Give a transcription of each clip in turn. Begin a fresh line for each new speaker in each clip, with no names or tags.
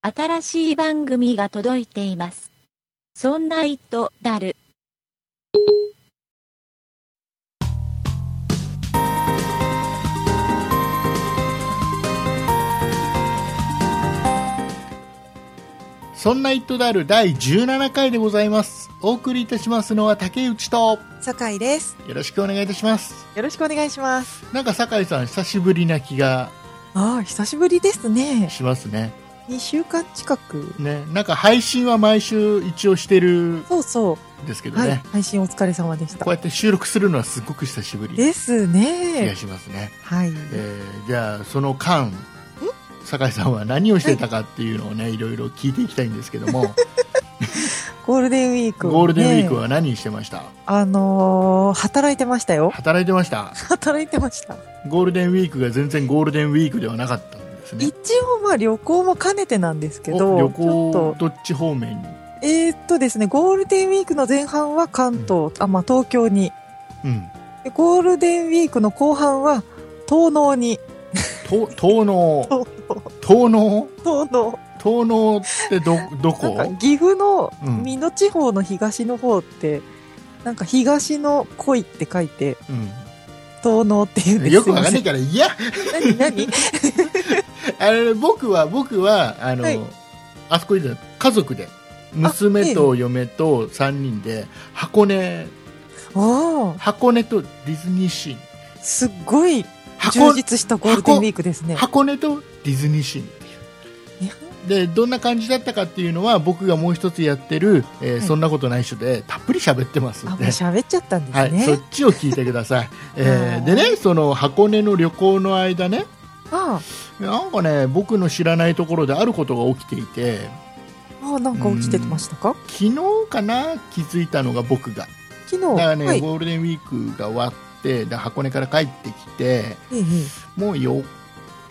新しい番組が届いています。そんな糸だる。
そんな糸である第17回でございます。お送りいたしますのは竹内と、
酒井です。
よろしくお願いいたします。
よろしくお願いします。
なんか酒井さん、久しぶりな気が
ああ、久しぶりですね。
しますね。
2週間近く。
ね、なんか配信は毎週一応してる
そうそ
んですけ
う。
どね。
はい。配信お疲れ様でし
こう
た。
やって収録するのはすごく久しぶりな
で
気
す
が
ね。
しますね。
はい。
えーじゃあ、その間、酒井さんは何をしてたかっていうのをね、いろいろ聞いていきたいんですけども、
ゴールデンウィー ク、
ゴールデンウィーク
ね。
は何してました
あのー働いてましたよ。
働いてま した
働いてました。
ゴールデンウィークが全然ゴールデンウィークではなかったんですね
一応まあ旅行も兼ねてなんですけど、
お旅
ち
行
ょっと、
どっち方面に、
えーっとですね、ゴールデンウィークの前半は関東、あ、まあ東京に。
うん、
でゴールデンウィークの後半は東農に。
と東能
東農
東能
東
東能
農
って どど
なんか
こ
岐阜の
うん
美濃地方の東の方って、なんか東の恋って書いて、
う
東能っていうんで
ん、
す
よくわかんないいからいや
ません。何何
あれ僕は僕はあの、
はい
あそこに家族で娘と嫁と3人で箱根
おー
箱根とディズニーシー
すっごい充
箱
実したゴールデンウィークですね。
箱根とディズニーシーっていう
いや
でどんな感じだったかっていうのは僕がもう一つやってる、えー
い
そんなことない人でたっぷり喋ってます
あ、も
ん
う
で、
喋っちゃったんで
はい
すね。
そっちを聞いてくだ さい、えーでねその箱根の旅行の間ね
あ
なんかね僕の知らないところであることが起きていて
あ、あなんか起きてましたか
昨日かな気づいたのが僕が
昨
だ
日。
からね、
はい。え
ゴールデンウィークが終わってで箱根から帰ってきて
えええ
もうよ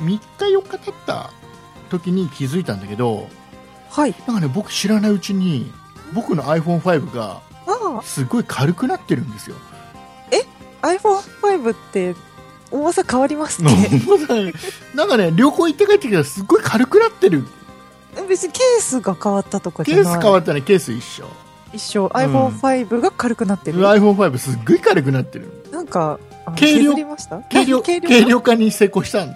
3日4日経った時に気づいたんだけど
はい。
なんかね、僕知らないうちに、僕の iPhone5 が
あ
すごい軽くなってるんですよ。
あ、iPhone5 って重さ変わ りますね。
なんかね、旅行行って帰ってきたらすっごい軽くなってる。
別にケースが変わったとかじ
ケ
ゃ
ー
な
ス
い。
変わったね、ケース一緒。
一緒。iPhone5 が軽くなってる。
iPhone5 すっごい軽くなってる。
なんか、あの
軽量
削りました
軽量、
軽
軽
量
量化に成功したん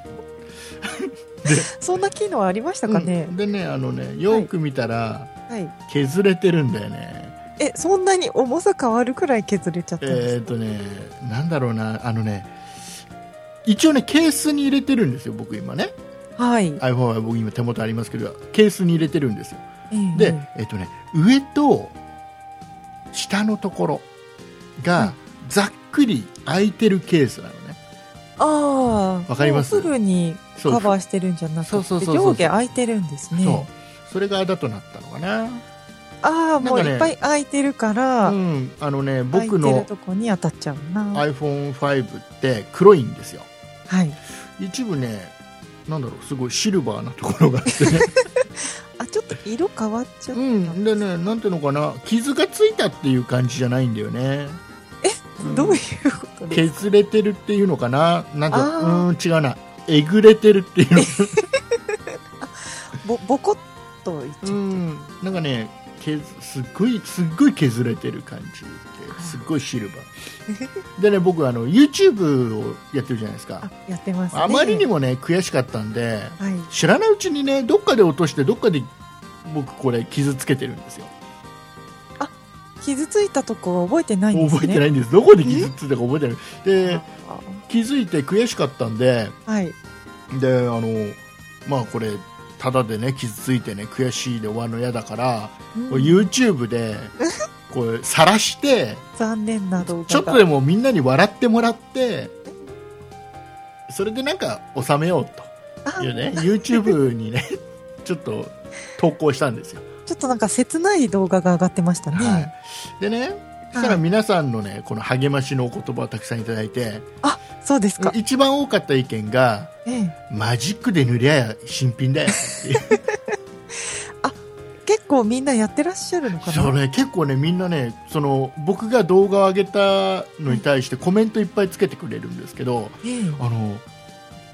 そんな機能ありましたかね
う、んでね、あのね、よく見たら
はい。
削れてるんだよね。
え、そんなに重さ変わるくらい削れちゃったんです
えっ、ー、
か、
とね、なんだろうな、あのね、一応ね、ケースに入れてるんですよ、僕今ね。
はい。
iPhone は僕今手元ありますけど、ケースに入れてるんですよ。
ええ
で、えっとね、上と下のところがざっくり空いてるケースなのね。
ああ、
わかります
もうフルに
そう
カバーしてるんじゃなくて、
そうそうそうそうそう
上下空いてるんですね。
そう。それがあだとなったのかな。
ああ、も
なんか
う
ね
いっぱい空いてるから、
うん。あのね、
空いて
僕
る
の
とこに当たっちゃうな。
iPhone5 って黒いんですよ。
はい。
一部ね、なんだろう、すごいシルバーなところがあって ね。
あ、ちょっと色変わっちゃった。
うん。でね、なんていうのかな、傷がついたっていう感じじゃないんだよね。え
どういうことです
削れてるっていうのかななんか、
あ
う
ー
ん、違うな。えぐれてるっていうの
かぼ、ぼこっといっ
う
ち ゃう。
ん、なんかね削すっごいすっごい削れてる感じですっごいシルバ ーでね僕あの YouTube をやってるじゃないです
あ
か、
やってますね。
あまりに
も。
もね悔しかったんで
はい。
知らないうちにねどっかで落としてどっかで僕これ傷つけてるんですよ
傷ついたとこは覚えてないんですね。。
覚えてないいんですどこで傷ついたか覚えてないで
あ
気づいて悔しかったんで
はい。
であのまあこれただでね傷ついてね悔しいで終わるの嫌だから、これ YouTube でこれ晒して
残念な動画が
ちょっとでもみんなに笑ってもらってそれでなんか収めようというね YouTube にね ちょっと投稿したんですよ、
ちょっとなんか切ない動画が上がってましたね、
はい、でねそした
は
ら
い
皆さんのねこの励ましのお言葉をたくさんいただいて
そうですか、
一番多かった意見が
ええ
マジックで塗りゃや新品だよっていう
結構みんなやってらっしゃるのかな
それ結構ねみんなねその僕が動画を上げたのに対してコメントいっぱいつけてくれるんですけど、
ええ
あの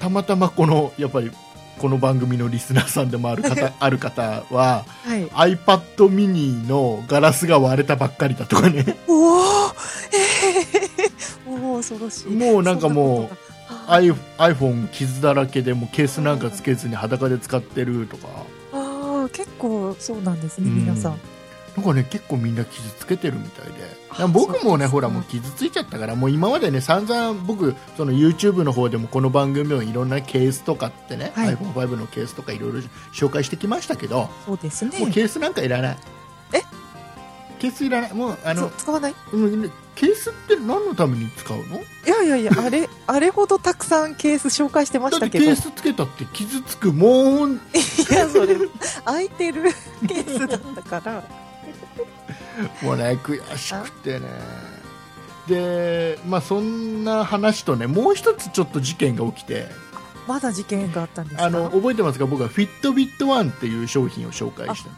たまたまこのやっぱりこの番組のリスナーさんでもある 方ある方は
はい。
iPad mini のガラスが割れたばっかりだとかね
おお、えー、おお恐ろしい。
もうなんかもう
う
i- iPhone 傷だらけでもうケースなんかつけずに裸で使ってるとか
ああ結構そうなんですね、皆さ。
うんなんかね結構みんな傷つけてるみたいで
あ
僕
そう
も
で
ね
す
ほらもう傷ついちゃったからもう今までね散々僕その YouTube の方でもこの番組をいろんなケースとかってね、
はい
iPhone5 のケースとかいろいろ紹介してきましたけど、
そうですね。
もうケースなんかいらない
え
ケースいらないもうあ
そう
の
使わない。
うんケースって何のために使うの
いやいやいや あれあれほどたくさんケース紹介してまし
だ
た
って
け
ケ
ど。
ースつけたって傷つくもん
いやそれ空いてるケースだったから。
もうね悔しくてねでまあそんな話とねもう一つちょっと事件が起きて
まだ事件があったんですか。
あの
ね
覚えてますか僕はフィットビットワンっていう商品を紹介した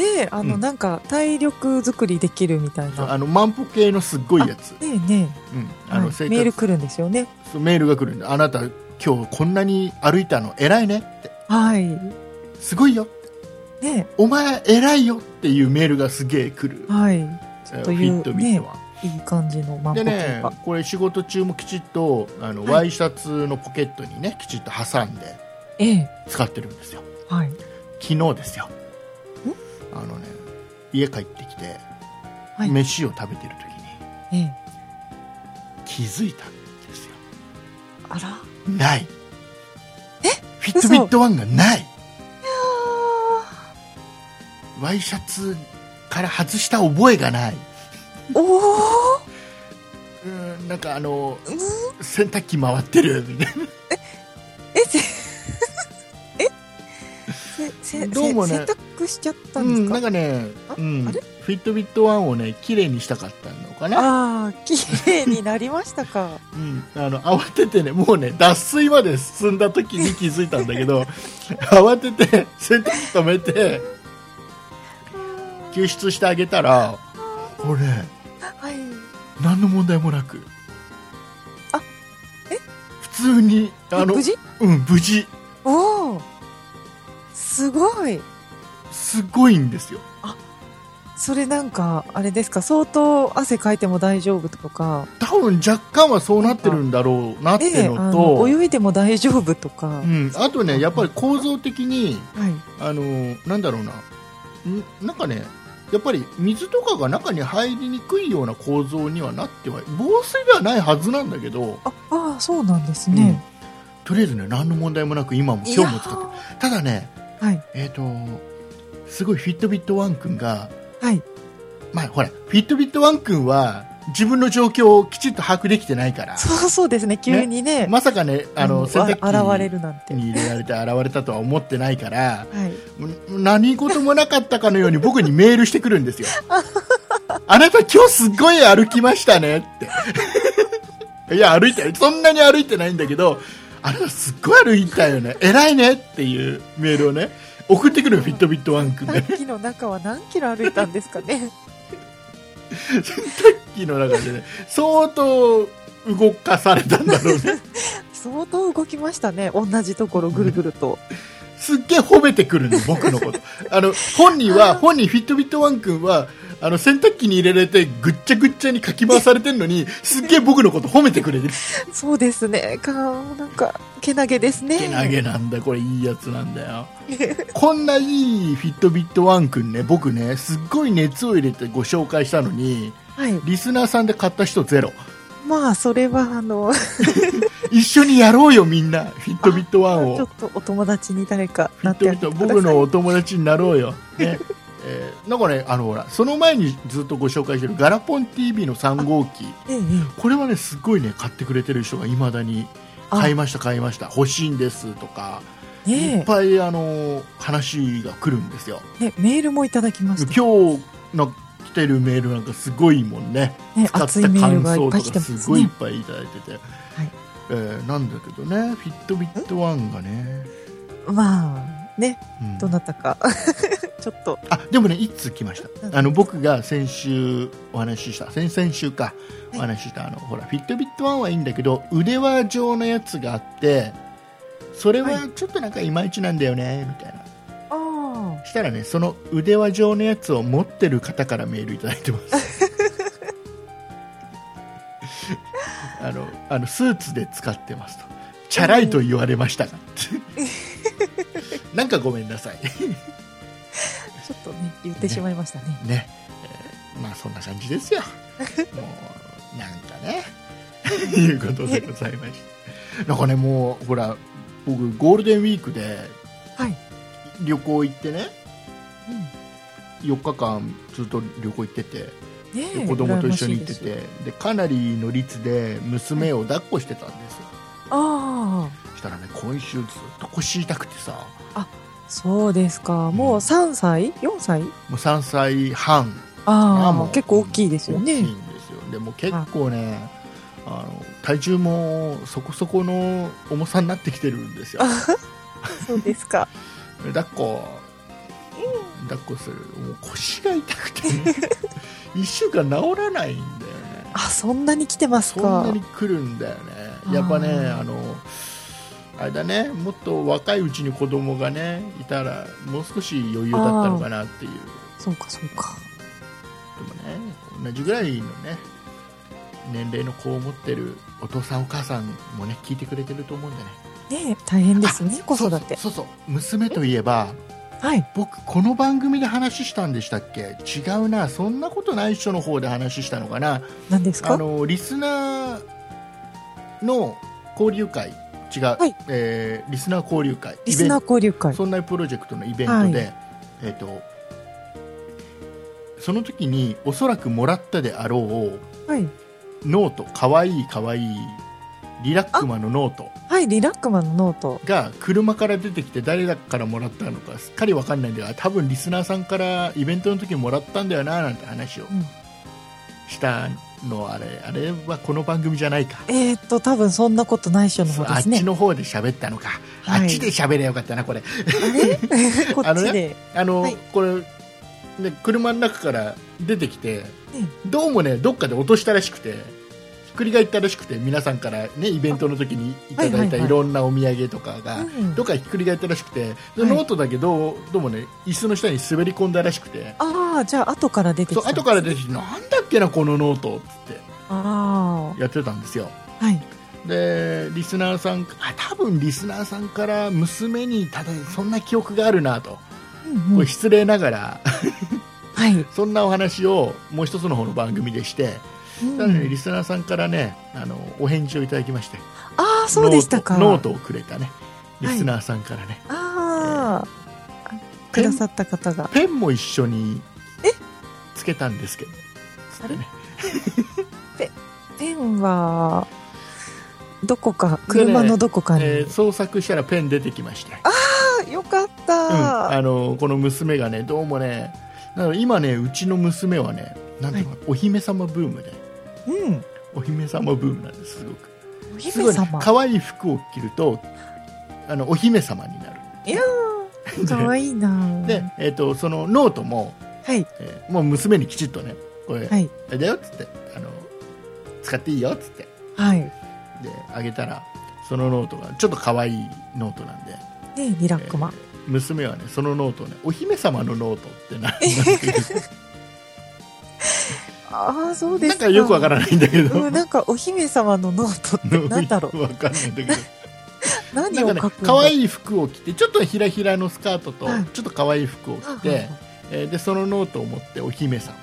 えあの、
うん
なんか体力作りできるみたい
あ
な。ね
の万歩計のすっごいやつ
えね
うん
え。
あの
はい
生活
メール来るんですよね。
そうメールが来るんであなた今日こんなに歩いたの偉いねって
はい。
すごいよ
ね
お前偉いよっていうメールがすげえ来る
え、はい。
えー
と
フ
いう
ィットビットワン、
いい感じの万
で
歩
ね
計が。、
これ仕事中もきちっとあの、
はい
ワイシャツのポケットにねきちっと挟んで
ええ。
使ってるんですよ
はい。
昨日ですよあのね家帰ってきて、
はい
飯を食べてる時に
ええ。
気づいたんですよ
あら。
ない
え
フィットビットワンがない
あ
ワイシャツから外した覚えがない
ーおお。
うんなんかあの
うん
洗濯機回ってるみたいな
えせ えせせ
どうもね
せ洗濯しちゃったん
う
です
ん、
か、
なんかね、
あ
うん、
あれ
フィットビットワンをね綺麗にしたかったのかな、
ああ綺麗になりましたか
うん、あの慌ててねもうね脱水まで進んだ時に気づいたんだけど 慌てて洗濯機止めて救出してあげたらこれ
はい
何の問題もなく
あえ
普通にあの
無事
うん無事
おおすごい
すごいんですよ
それなんかあれですか相当汗かいても大丈夫とか
多分若干はそうなってるんだろうなって
ええ
いう
あ
のと、
の泳いでも大丈夫とか、
うん、あとねやっぱり構造的に
はい
あのーなんだろうな、んなんかね、やっぱり水とかが中に入りにくいような構造にはなっては、防水ではないはずなんだけど、
ああーそうなんです
うん
ね、
とりあえずね、何の問題もなく、今も今日も使って
て
ただね、
はい
えっ、と、すごいフィットビットワン君が、
はい
まあ、ほら、フィットビットワン君は、自分の状況をきちっと把握できてないから、
そうそうですね急にね
まさかね、あの、洗
わ
濯機
現れるなんて
に入れられて現れたとは思ってないから、
はい
何事もなかったかのように僕にメールしてくるんですよ。あなた今日すっごい歩きましたねって。 いや、歩いてない。そんなに歩いてないんだけど、あなたすっごい歩いたよね。偉いねっていうメールをね、送ってくるフィットビットワン君
タ
ね。
ンキの中は何キロ歩いたんですかね
機の中でね、相当動かされたんだろうね。
相当動きましたね同じところぐるぐると
すっげえ褒めてくるの、僕のこと。 あの、本人は、本人、フィットビットワン君は、あの、洗濯機に入れられて、ぐっちゃぐっちゃにかき回されてんのに、すっげえ僕のこと褒めてくれてる。
そうですね顔なんかけなげですね
けなげなんだ、これいいやつなんだよ。こんないいフィットビットワン君ね、僕ね、すっごい熱を入れてご紹介したのに、
はい
リスナーさんで買った人ゼロ。
まあそれはあの
一緒にやろうよ、みんな。フィットビットワンを。
ちょっとお友達に誰か
フィ
な
ッ
って
トビッ
あげて
ト
ください
僕のお友達になろうよ、ねえーなんかねあのほらその前にずっとご紹介してるガラポン TV の3号機
ええええ
これはねすごいね買ってくれてる人がいまだに
あ
買いました買いました欲しいんですとか、いっ
ね
ぱいあの話が来るんですよ
えねメールもいただきました
今日の来てるメールなんかすごいもんね
ね
使っ
熱い
た
メール
感
がい
想
っ
と
ぱい来て
か
ますす
ごいいっ
ね
ぱいいただいてて、えーなんだけどねフィットビットワンがね、
まあね
うん
どなたか ちょっと
あでもね一通来まし
う
た
ん
あの僕が先週お話しした先々週か
は
お
い
話しした、あのほらフィットビットワンはいいんだけど腕輪状のやつがあってそれ
は
はちょっとなんかいまいちなんだよねみたいな
あ
したらねその腕輪状のやつを持ってる方からメールいただいてます あのあのスーツで使ってますとチャラいと言われました がなんかごめんなさい
あ、ちょっとね、言ってしまいましたね。
ね、えーまあそんな感じ ですよもうなんかね いうことでございましたなんかねもうほら僕ゴールデンウィークで
はい。
旅行行ってね
うん
4日間ずっと旅行行ってて
ね
で
え
子供と一緒に行って。
羨ましいで
てでかなりの率で娘を抱っこしてたんですよ
すあ
そしたらね今週ずっと腰痛くてさ
あ、そうですか。もううん3歳 ?4 歳
もう3歳半
あ
あも
あ
う、
結構大きいですよ
大きい
ね。
んですよでも結構ねあの体重もそこそこの重さになってきてるん ですよ
そうですか。
抱っこ抱っこするもう腰が痛くて、 ね、1週間治らないんだよね
あ、そんなに来てます
そん
か
な。に来るんだよねやっぱね
あ
あのあれだねもっと若いうちに子供がねいたらもう少し余裕だったのかなっていう
そうか、そうか。
でもね同じぐらいのね年齢の子を持ってるお父さんお母さんもね聞いてくれてると思うんだね
ねえ、大変ですね、
あ
子育て。
そうそうそうそう娘といえば
はい。
僕この番組で話したんでしたっけ違うなそんなことないっしょの方で話したのかな
何です
あ
か
のリスナーの交流会違う、
はい
えーリスナー交流会
リスナー
イ
交流
ベン
会
ト。そんなプロジェクトのイベントで、
は
えっ、とその時におそらくもらったであろう
はい。
ノートかわいいかわいいリラックマのノート
はい、リラックマンのノート。
が車から出てきて誰だからもらったのかすっかりわかんないんだが多分リスナーさんからイベントの時にもらったんだよななんて話を
うん
したのあれあれはこの番組じゃないか
えーっと、多分そんなことないっしょの方
あ
で
っ
すね
ち。の方で喋ったのか、
はい
あっちで喋ればよかったなこれ
こ
あ
っ
の
ち
ね
で。
あの、
はい
これ、ね、車の中から出てきて、どうもねどっかで落としたらしくてひっくり返ったらしくて皆さんからねイベントの時にいた
は
だ
い
い
は
た
いはい
いろんなお土産とかが、
うん
どっかひっくり返ったらしくて、で
はい
ノートだけどうどうもね椅子の下に滑り込んだらしくて、
ああ、じゃあ、後から出てき
そう
た。
後から出てきてなんだっけなこのノートっつっ
あ
てやってたんですよ
あ。はい。
でリスナーさんあ多分リスナーさんから娘にただそんな記憶があるなと、
うん
こ
う
れ
ん。
失礼ながら
はい。
そんなお話をもう一つの方の番組でして、
うん
なのでリスナーさんからねあのお返事をいただきまして
ああ、そうでしたか。
ノートノートをくれたねリスナーさんからね、
あーあ、くださった方が。
ペンも一緒につけたんですけどつってね
ペンは、どこか、車のどこかに。
えー捜索したらペン出てきまして
あーよかっ
うん、
た、
あのこの娘がねどうもねなので今ねうちの娘はねなんていうのかなお姫様ブームで
うん。
お姫様ブームなんですすごく
お
すご
姫
いね
様。
可愛い服を着るとあのお姫様になる
いやー、
で
かわいいな
で、えー、とそのノートも、
はい、
えーもう娘にきちっとねこれ、
はい、
あれだよっつってあの使っていいよっつって
はい。
であげたらそのノートがちょっと可愛いノートなんで
で、リラックマ。
娘はねそのノートをねお姫様のノートってななん ていう
ああ、そうです
なんかよくわかららないんだけど、
うん、なんかお姫様のノートってなんだろう
わかんないんだけど
何を
なん
書くんだ
かね可愛い服を着てちょっとひらひらのスカートと
はい
ちょっと可愛い服を着
あ
て、えーでそのノートを持ってお姫様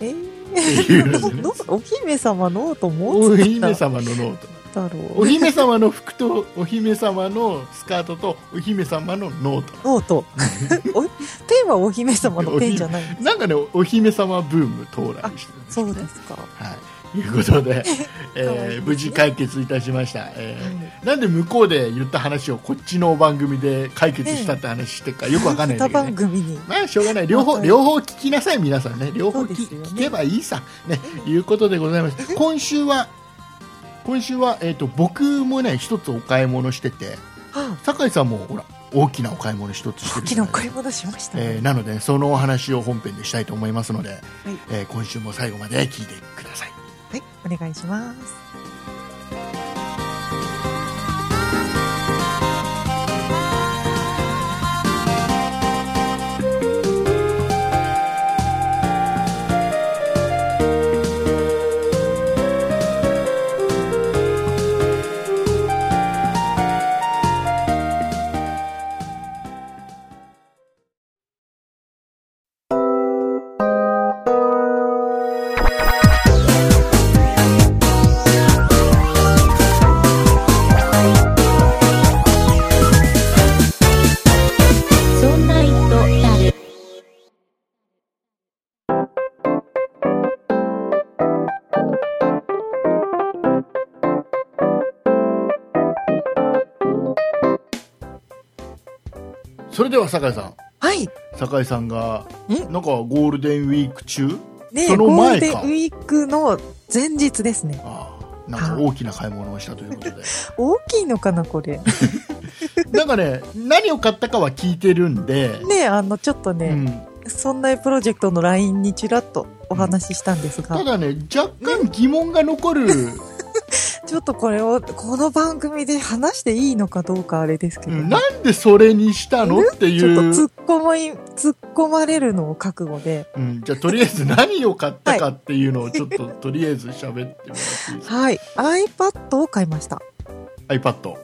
え
って
ー
いうので ね
のお姫様ノート持
お
つん
姫
だ
様のノート
だろ
お
う
姫様の服とお姫様のスカートとお姫様のノート
ノート おペンはお姫様のペンじゃない
なんかね、お姫様ブーム到来してるんです
そ
よ
う
ね
ですか、
はい。いうこと で、え
可愛いで
ー
すね
無事解決いたしました。えー
うん
なんで向こうで言った話をこっちの番組で解決したって話してるかよくわかんないんだけど、
歌番
ね、
組に
まあしょうがない両方
また
両方聞きなさい皆さんね両方
そうです
聞,、
よね
聞けばいいさね
う
いうことでございます今週は今週は、えー、と僕もね一つお買い物してて
あ
酒井さんもほら大きなお買い物一つして
大
る
き
じゃ
な
ないです
お
か
買い物しましたね、
えーなのでそのお話を本編でしたいと思いますので、えー今週も最後まで聞いてください
はいお願いします
それでは酒井さん
はい。
酒井さんが
ん
なんかゴールデンウィーク中
ね、
その
ゴー
前
ル
か
デンウィークの前日ですね。
ああなんか大きな買い物をしたということで
大きいのかな、これ。
なんかね何を買ったかは聞いてるんで、
ね、あの、ちょっと
う
ね、
ん、
そんなプロジェクトの LINE にちらっとお話ししたんですが
た、だね若干疑問が残る、
ちょっとこれを、この番組で話していいのかどうかあれです
う
けど、
んなんでそれにしたのってい
ちょっと
う
突っ込まい、突っ込まれるのを覚悟で、
うん、じゃあとりあえず何を買ったかっていうのをちょっと、とりあえず喋ってもらっていいですか
はい、iPad を買いました。
iPad、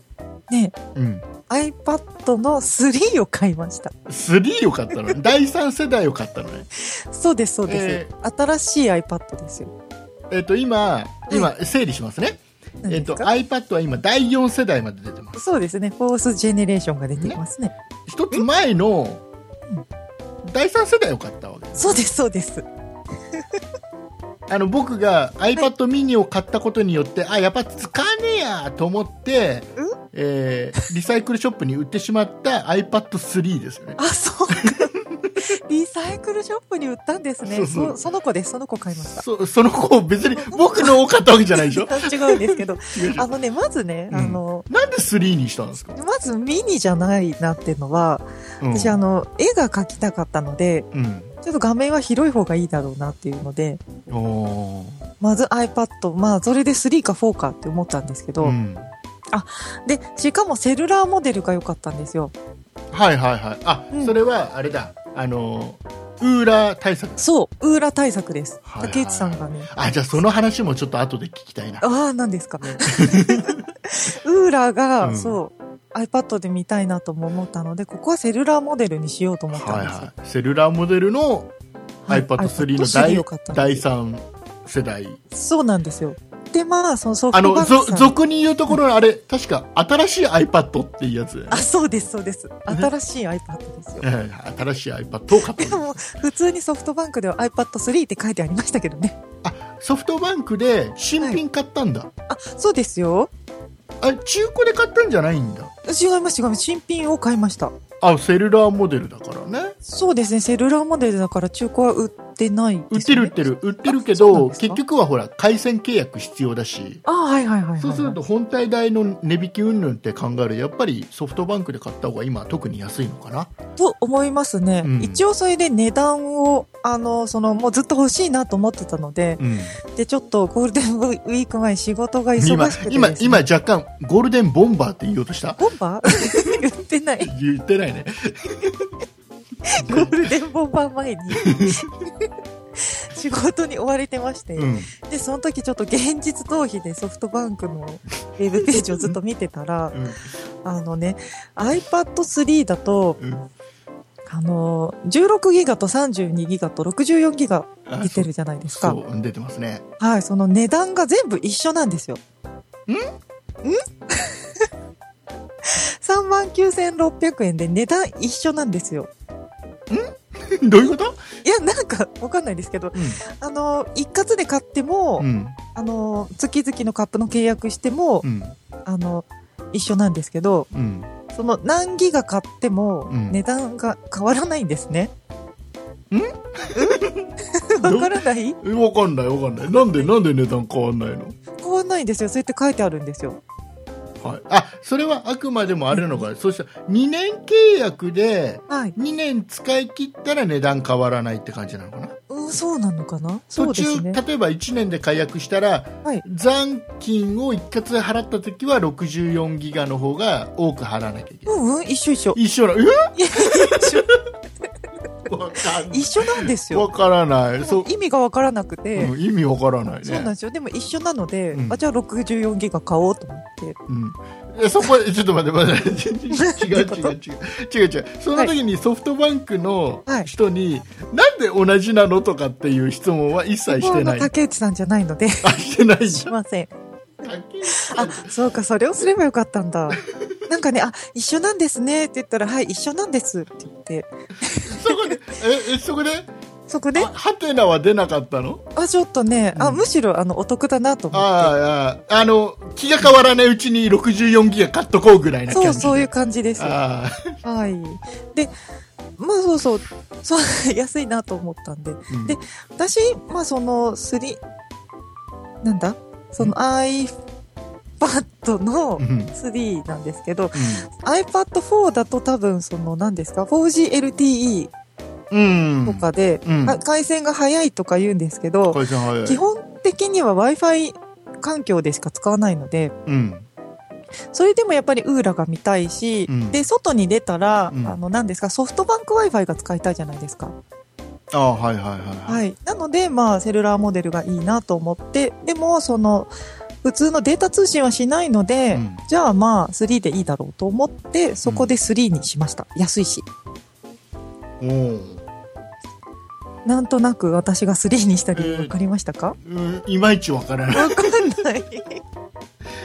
ね、
うん、
iPad の3を買いました。
3を買ったの ね第3世代を買ったのね
そうです、そうで
え
す。新しい iPad ですよ。
えっ、と今今整理しますね、
何
えっ
です
と
か
iPad は今第4世代まで出てます
そうですね、フォースジェネレーションが出ていますね。
一つ前の
うん
第3世代を買ったわけです
そうです、そうです。
あの僕が iPad mini を買ったことによって、あやっぱ使わねえやと思って、えーリサイクルショップに売ってしまった iPad3 ですよね
あ、そうか。リサイクルショップに売ったんですね。
そ
そう
そう
その子です、その子買いました。
そその子別 に僕の多かったわけじゃないでしょ
違うんですけど、
違うでしょ
あのね、まずね、
うん
あの、
なんで3にしたんですか、
まずミニじゃないなっていうのは、
うん
私あの、絵が描きたかったので、
うん
ちょっと画面は広い方がいいだろうなっていうので、
おー
まず iPad、まあそれで3か4かって思ったんですけど、
うん
で、しかもセルラーモデルが良かったんですよ。
はいはいはいあ、
うん
それはあれだあのウーラー対策
そう、ウーラ対策です。
はいはい
竹内さんがね、
あじゃあその話もちょっと後で聞きたいな
ああ、何ですか。 ウーラが、
うん
そう、iPad で見たいなとも思ったので、ここはセルラーモデルにしようと思ったん
はい
ですよ
は。いセルラーモデルの
はい
iPad3 の
iPad
第,、
良かったん
第
です
3世代
そうなんですよ。で、まあ、そのソフ
あ
ト
の
バンクさん
ぞ俗に言うところのあれ確か新しい iPad っていうやつだよ
あ、
ね
そうです、そうです。新しい iPad ですよ。
ええ新しい iPad を買った
で
ん です
も、普通にソフトバンクでは iPad3 って書いてありましたけどね。
ソフトバンクで新品買ったんだ、
あ、そうですよ。
あれ中古で買ったんじゃないんだ
違います、違います。新品を買いました。
あセルラーモデルだからね
そうですね、セルラーモデルだから中古は売ってないです、ね。
売ってる売ってる。売ってるけ
そうなん
ど
ですか
結局はほら回線契約必要だし
あ、はいはいはいはいはい。
そうすると本体代の値引き云々って考えるとやっぱりソフトバンクで買った方が今は特に安いのかな
と思いますね、
うん
一応それで値段をあのそのもうずっと欲しいなと思ってたので
うん
でちょっとゴールデンウィーク前仕事が忙
今
しくてです、
今
ね、
今若干ゴールデンボンバーって言おうとした
ボンバー 言ってない
言ってないね
ゴールデンボンバー前に 仕事に追われてまして、
うん
でその時ちょっと現実逃避でソフトバンクのウェブページをずっと見てたらあのね iPad3 だと
うんうん
あの16ギガと32ギガと64ギガ
あ
出てるじゃないですか
そうそう出てますね
はい、その値段が全部一緒なんですよ。
ん
ん ?39,600 円で値段一緒なんですよ。
どういうこと
いや、なんかわかんないですけど、
う
あの、一括で買っても、
ん
あの、月々のカップの契約しても
う、ん
あの、一緒なんですけど、
うん
その何ギガ買っても
うん
値段が変わらないんですね。
ん
んわからない
えわかんないわかんないなんでなんで値段変わんないの
変わらないんですよ。そうやって書いてあるんですよ。
はい、あそれはあくまでもあれなのか、そうしたら2年契約で
はい。
2年使い切ったら値段変わらないって感じなのかな、
うん、そうなのかなそ
途
うで
中
すね。
例えば1年で解約したら、
はい
残金を一括で払った時は64ギガの方が多く払わなきゃいけな
う
い、
んうん、一緒一緒。
一緒な
一緒
えわかんない
一緒なんです
わ
よ。
からないそう、
意味がわからなくて、
うん、意味わからないね
そうなんですよ。でも一緒なので、
うん
あ、じゃあ64ギガ買おうと思って。
うんえそこちょっと待って待って違う違う
どう
違う違う違う違うその時にソフトバンクの
はい
人に、なんで同じなのとかっていう質問は一切してな
の
い
竹内さんじゃな いので、
あしてないじ
し
ゃん
ません。
竹内
あ、そうか、それをすればよかったんだ。なんかね、あ、一緒なんですねって言ったら、はい、一緒なんですって言って、
そこでええそこで
そこで
あ、ハテナは出なかったの
あ、ちょっとね、あ、
うん
むしろ、あの、お得だなと思っ
ああ、あああの、気が変わらないうちに64ギガ買っとこうぐらい
て。
な
そ
感
う、
じ。。
そういうう感じです。は
ああ、
い。で、まあそうそう、そう、 安いなと思ったんで。
うん
で私、まあその、スリ、なんだその iPad の
うんうん
3なんですけど、iPad 4だと多分その何ですか 4GLTE
うん。
とかで、
うん。
あ回線が早いとか言うんですけど、
回線早い
基本的には Wi-Fi 環境でしか使わないので、
うん。
それでもやっぱりウーラが見たいし、
うん
で、外に出たら、
うん
あの、何ですか、ソフトバンク Wi-Fi が使いたいじゃないですか。
ああ、はいはいはい。
はい。なので、まあ、セルラーモデルがいいなと思って、でも、その、普通のデータ通信はしないので、
うん
じゃあまあ、3でいいだろうと思って、そこで3にしました。安いし。
おー
なんとなく私が3にした理
え
由
ー
分かりましたか、
うん、いまいちわからない。
分かんない。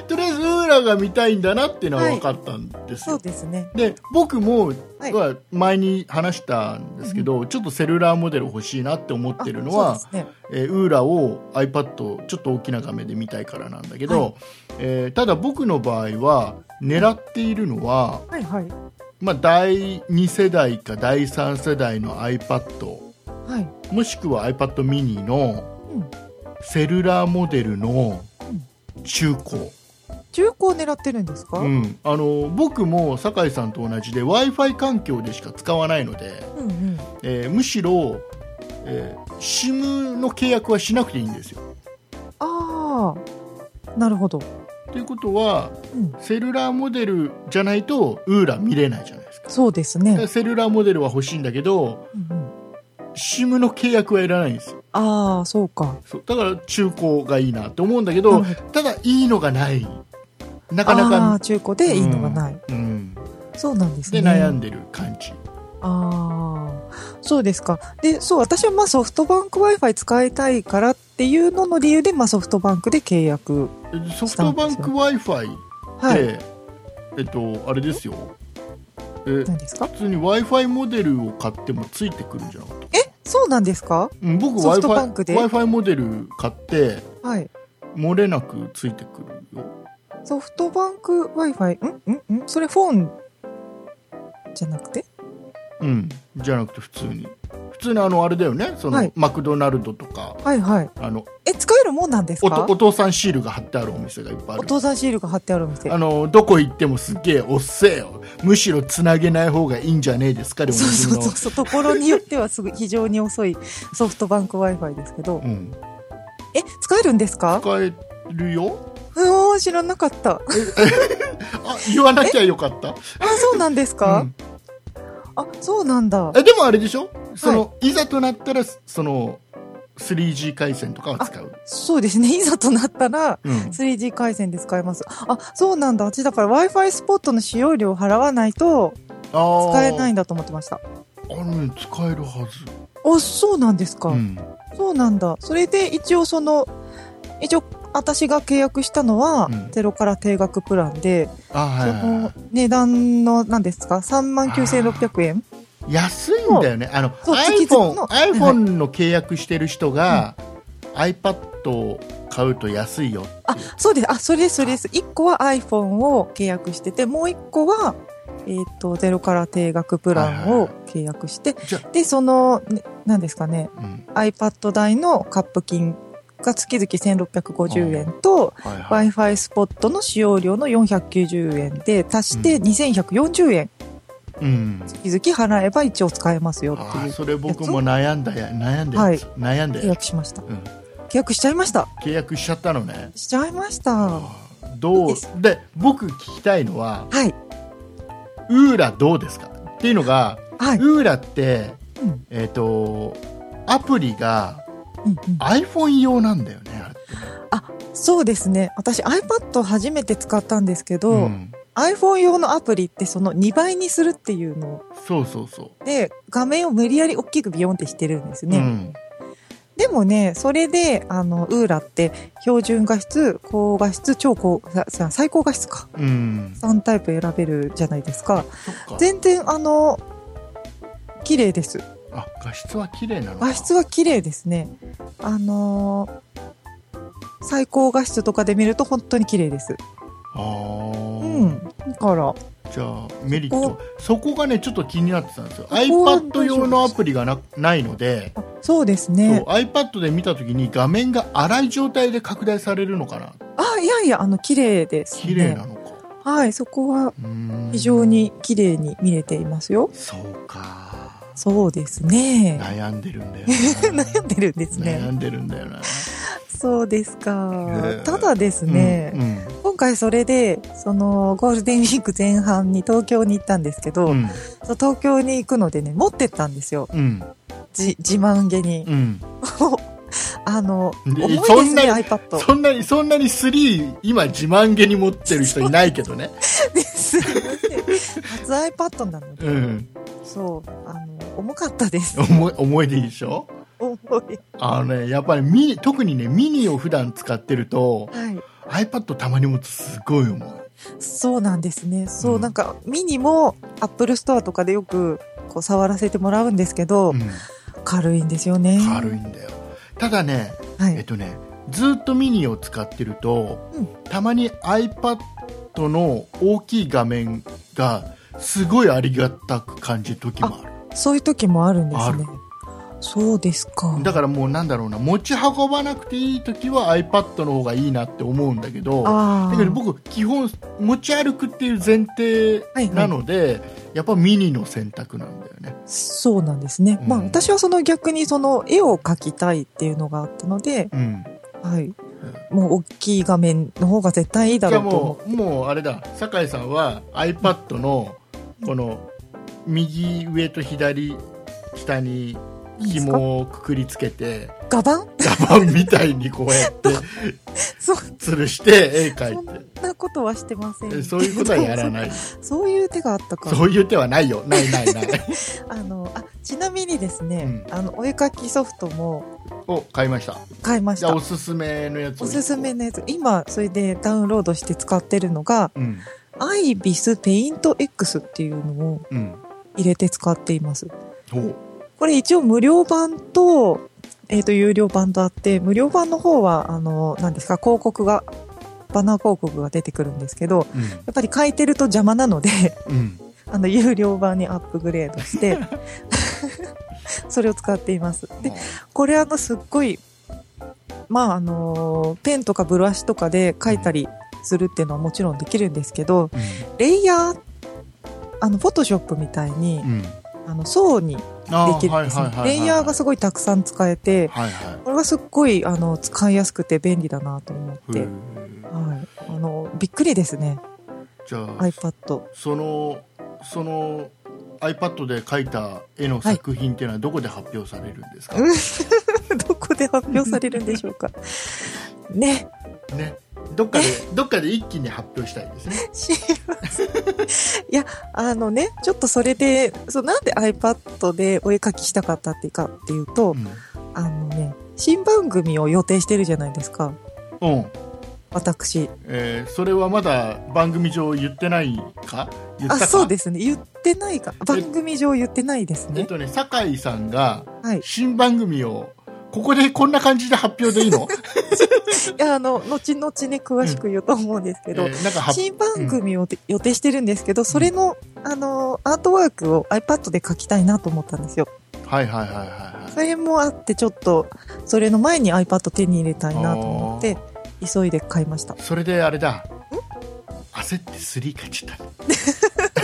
とりあえず、ウーラが見たいんだなっていうのは分かったんですよ。
そうですね。
で僕も
はい
は前に話したんですけど、ちょっとセルラーモデル欲しいなって思っ
あ
てるのは、
そうですね。
えーウーラを iPad ちょっと大きな画面で見たいからなんだけど、
は
えーただ僕の場合は狙っているのは、
はいはい。
まあ、第2世代か第3世代の iPad
はい。
もしくは iPad mini の
うん
セルラーモデルの中古。
中古を狙ってるんですか、
う
うん、
ん、あの僕も酒井さんと同じで w i f i 環境でしか使わないので、
うんうん
えーむしろ、えー SIM の契約はしなくていいんですよ。
ああ。なるほど。
ということは
うん。
セルラーモデルじゃないとウーラ見れないじゃないですか。
そうです
だから
ね。
セルラーモデルは欲しいんだけど
うんうん、
SIM の契約はいらないんですよ。
ああ、そうか。
そうだから中古がいいなって思うんだけど
なる
ただいいのがないなかな
ああー、
か、
中古でいいのがない。
うん、
そうなんです
で
ね。
悩んでる感じ。
ああ、そうですか。で、そう、私はまあソフトバンク Wi-Fi 使いたいからっていうのの理由で、まあソフトバンクで契約。
ソフトバンク w i f i
はい。
でえっとあれですよえ
何ですか
普通に w i f i モデルを買ってもついてくるんじゃなかった
そうなんですか
うん僕
ソ
w i
フト
f
バンク
i
で
w i f i モデル買って
はい。
漏れなくついてくるよ
ソフトバンク Wi-Fi。んんんそれフォンじゃなくて
うんじゃなくて普通に普通にあのあれだよねその、
はい
マクドナルドとか
はいはい。
あの
え、使えるもんなんです
お
か
とお父さんシールが貼ってあるお店がいっぱいあ
お
る
父さんシールが貼ってあるお店。
あのどこ行ってもすっげえおっせえよむしろつなげない方がいいんじゃねえですかでおな
そう
じみ
そ
の
うそうそう。ところによって はすぐ非常に遅いソフトバンク Wi-Fi ですけど。
うん
え、使えるんですか
使えるよ
うおー、知らな かった。
あ言わなきゃよかった
あ、そうなんですか、
うん
あ、そうなんだ。
えでもあれでしょその、い、ざとなったらその 3G 回線とかは使う、
そうですね。いざとなったら、
うん、
3G 回線で使えます。あ、そうなんだ。私だから Wi-Fi スポットの使用料を払わないと使えないんだと思ってました。
あーあのね使えるはず、
あ、そうなんですか、
うん
そうなんだ。それで一応その、一応私が契約したのは
うん、
ゼロから定額プランで、
あはいはい
その値段の何ですか ?39,600 円
はい安いんだよねあの
そう月々
iPhone,
の
iPhone の契約してる人が、iPad を買うと安いよ
あ、そうです。あ、それです、それです。1個は iPhone を契約してて、もう1個は、えっ、と、ゼロから定額プランを契約して、
じゃ
で、その、ね何ですかね、
あ、うん、
iPad 代のカップ金が月々1650円と、
はいはい
Wi-Fi スポットの使用料の490円で、足して
う
2140円、
うん
月々払えば一応使えますよ
あ
ってい
ー
う
それ僕も悩んだや悩んで、
はい
悩んで、
契約しました。
うん
契約しちゃいました。
契約しちゃったのね
しちゃいました。は
どう
いいです、
で僕聞きたいのはいウーラどうですかっていうのが、
はい。
ウーラって、
うん
えっ、と、アプリが
うんうん
iPhone 用なんだよね、あれってね
そうですね。私 iPad を初めて使ったんですけど、
ん
iPhone 用のアプリってその2倍にするっていうの
そうそうそ
で、画面を無理やり大きくビヨンってしてるんです
う。
ね。
うん
でもね、それで、あの、ウーラって標準画質、高画質、超高、ささ最高画質か。
うん。
3タイプ選べるじゃないですか。
そっか。
全然あの、綺麗です。
あ画質は綺麗なのか
画質は綺麗ですね。あのー最高画質とかで見ると本当に綺麗です。
あー、
うん。だから、
じゃあメリッ
そ
トそこがねちょっと気になってたんですよ
こは大丈夫
iPad 用のアプリがなないので、
あそうです
そう
ね。
iPad で見た時に画面が荒い状態で拡大されるのかな
あ、いやいや、あの、綺麗です、ね。
綺麗なのか、
はい、そこは
うーん
非常に綺麗に見れていますよ。
そうか
そうですね。
悩んでるんだよな
悩んでるんですね。
悩んでるんだよな、
そうですか
え。
ただですね、
うん
今回それで、その、ゴールデンウィーク前半に東京に行ったんですけど、
うん
その東京に行くのでね、持ってったんですよ。
うん
じ自慢げに。
うん
あの、
で
重いで
そ
す
んな
ね、iPad。
そんなにそんなに3今自慢げに持ってる人いないけどね
です。すいません初 iPad なので、
うん
そう、あの、重かったです。
重い重いでいいでしょ
重い。
あのねやっぱりミニ特にねミニを普段使ってると
はい。
iPad たまに持つとすごい重い
そうなんですね。そう、
うん
なんか、ミニも Apple Store とかでよく、こう、触らせてもらうんですけど、
う
軽いんですよね。
ん、軽いんだよただね
は
えっ
い。
とねずっとミニを使ってると、
うん
たまに iPad の大きい画面がすごいありがたく感じる時もある
そういう時もあるんです
ある
ね。そうですか。
だからもうなんだろうな持ち運ばなくていい時は iPad の方がいいなって思うんだけど
ああ。
だけど僕基本持ち歩くっていう前提なので、やっぱミニの選択なんだよね
そうなんですね。
うん
まあ、私はその逆にその絵を描きたいっていうのがあったので、
うん
はい。もう大きい画面の方が絶対いいだ
じゃ
ろ
あ
うと思
もうもうあれだ酒井さんは iPad のこの右上と左下に
う。いいですか
紐をくくりつけて
画板
ガバンみたいにこうやって
そ
吊るして絵描
そ
い
んなことはしてませ
て
ん。
そういうことはやらない
そういう手があったか。
そういう手はないよないない ない
あの、あ、ちなみにですね、
う
あの、お絵描きソフトも
を買いました
買いまし
じゃ
た。
あお
お
すすめのやつを
すすめのやつ。今、それでダウンロードして使ってるのが、
うん
アイビスペイント X っていうのを
うん
入れて使っています。
ほう
これ一応無料版と、えっ、と、有料版とあって、無料版の方は、あの、何ですか、広告が、バナー広告が出てくるんですけど、やっぱり書いてると邪魔なので、
うんうん
あの、有料版にアップグレード して、それを使っています。で、これあの、すっごい、まあ、あの、ペンとかブラシとかで書いたりするっていうのはもちろんできるんですけど、レイヤー、あの、フォトショップみたいに
う、んうん
あの、層に
あ
で
ー
きる
は
ん
い
ですね
はいはいはい
レイヤーがすごいたくさん使えて、
はいは
これはすっごい、あの、使いやすくて便利だなと思っ
い
て、
へ
はい。
ー
あの、びっくりですね、
じゃあ
iPad。
そのその iPad で描いた絵の作品っていうのはどこで発表されるんですか、
どこで発表されるんでしょうか。 ね、
ねどっかでどっかで一気に発表したいですね
知りません。いや、あのね、ちょっとそれで、そう、なんで iPad でお絵描きしたかったっていうかっていうと、あのね、新番組を予定してるじゃないですか。
うん、うん
私。
えーそれはまだ番組上言ってないか言った
あ、
か
そうですね。言ってないか。番組上言ってないです
えっ
ね。
とね酒井さんが
はい。い
新番組をここでこんな感じで発表でいいの、
や、あの、後々ね、詳しく言うと思うんですけ
え
ど、
ーなんか発
新番組をて予定してるんですけど、それの、あの、アートワークを iPad で描きたいなと思ったんですよ。
はいはいはいはいはい
それもあってちょっとそれの前に iPad 手に入れたいなと思って急いで買いました
それであれだ焦って3買っちゃった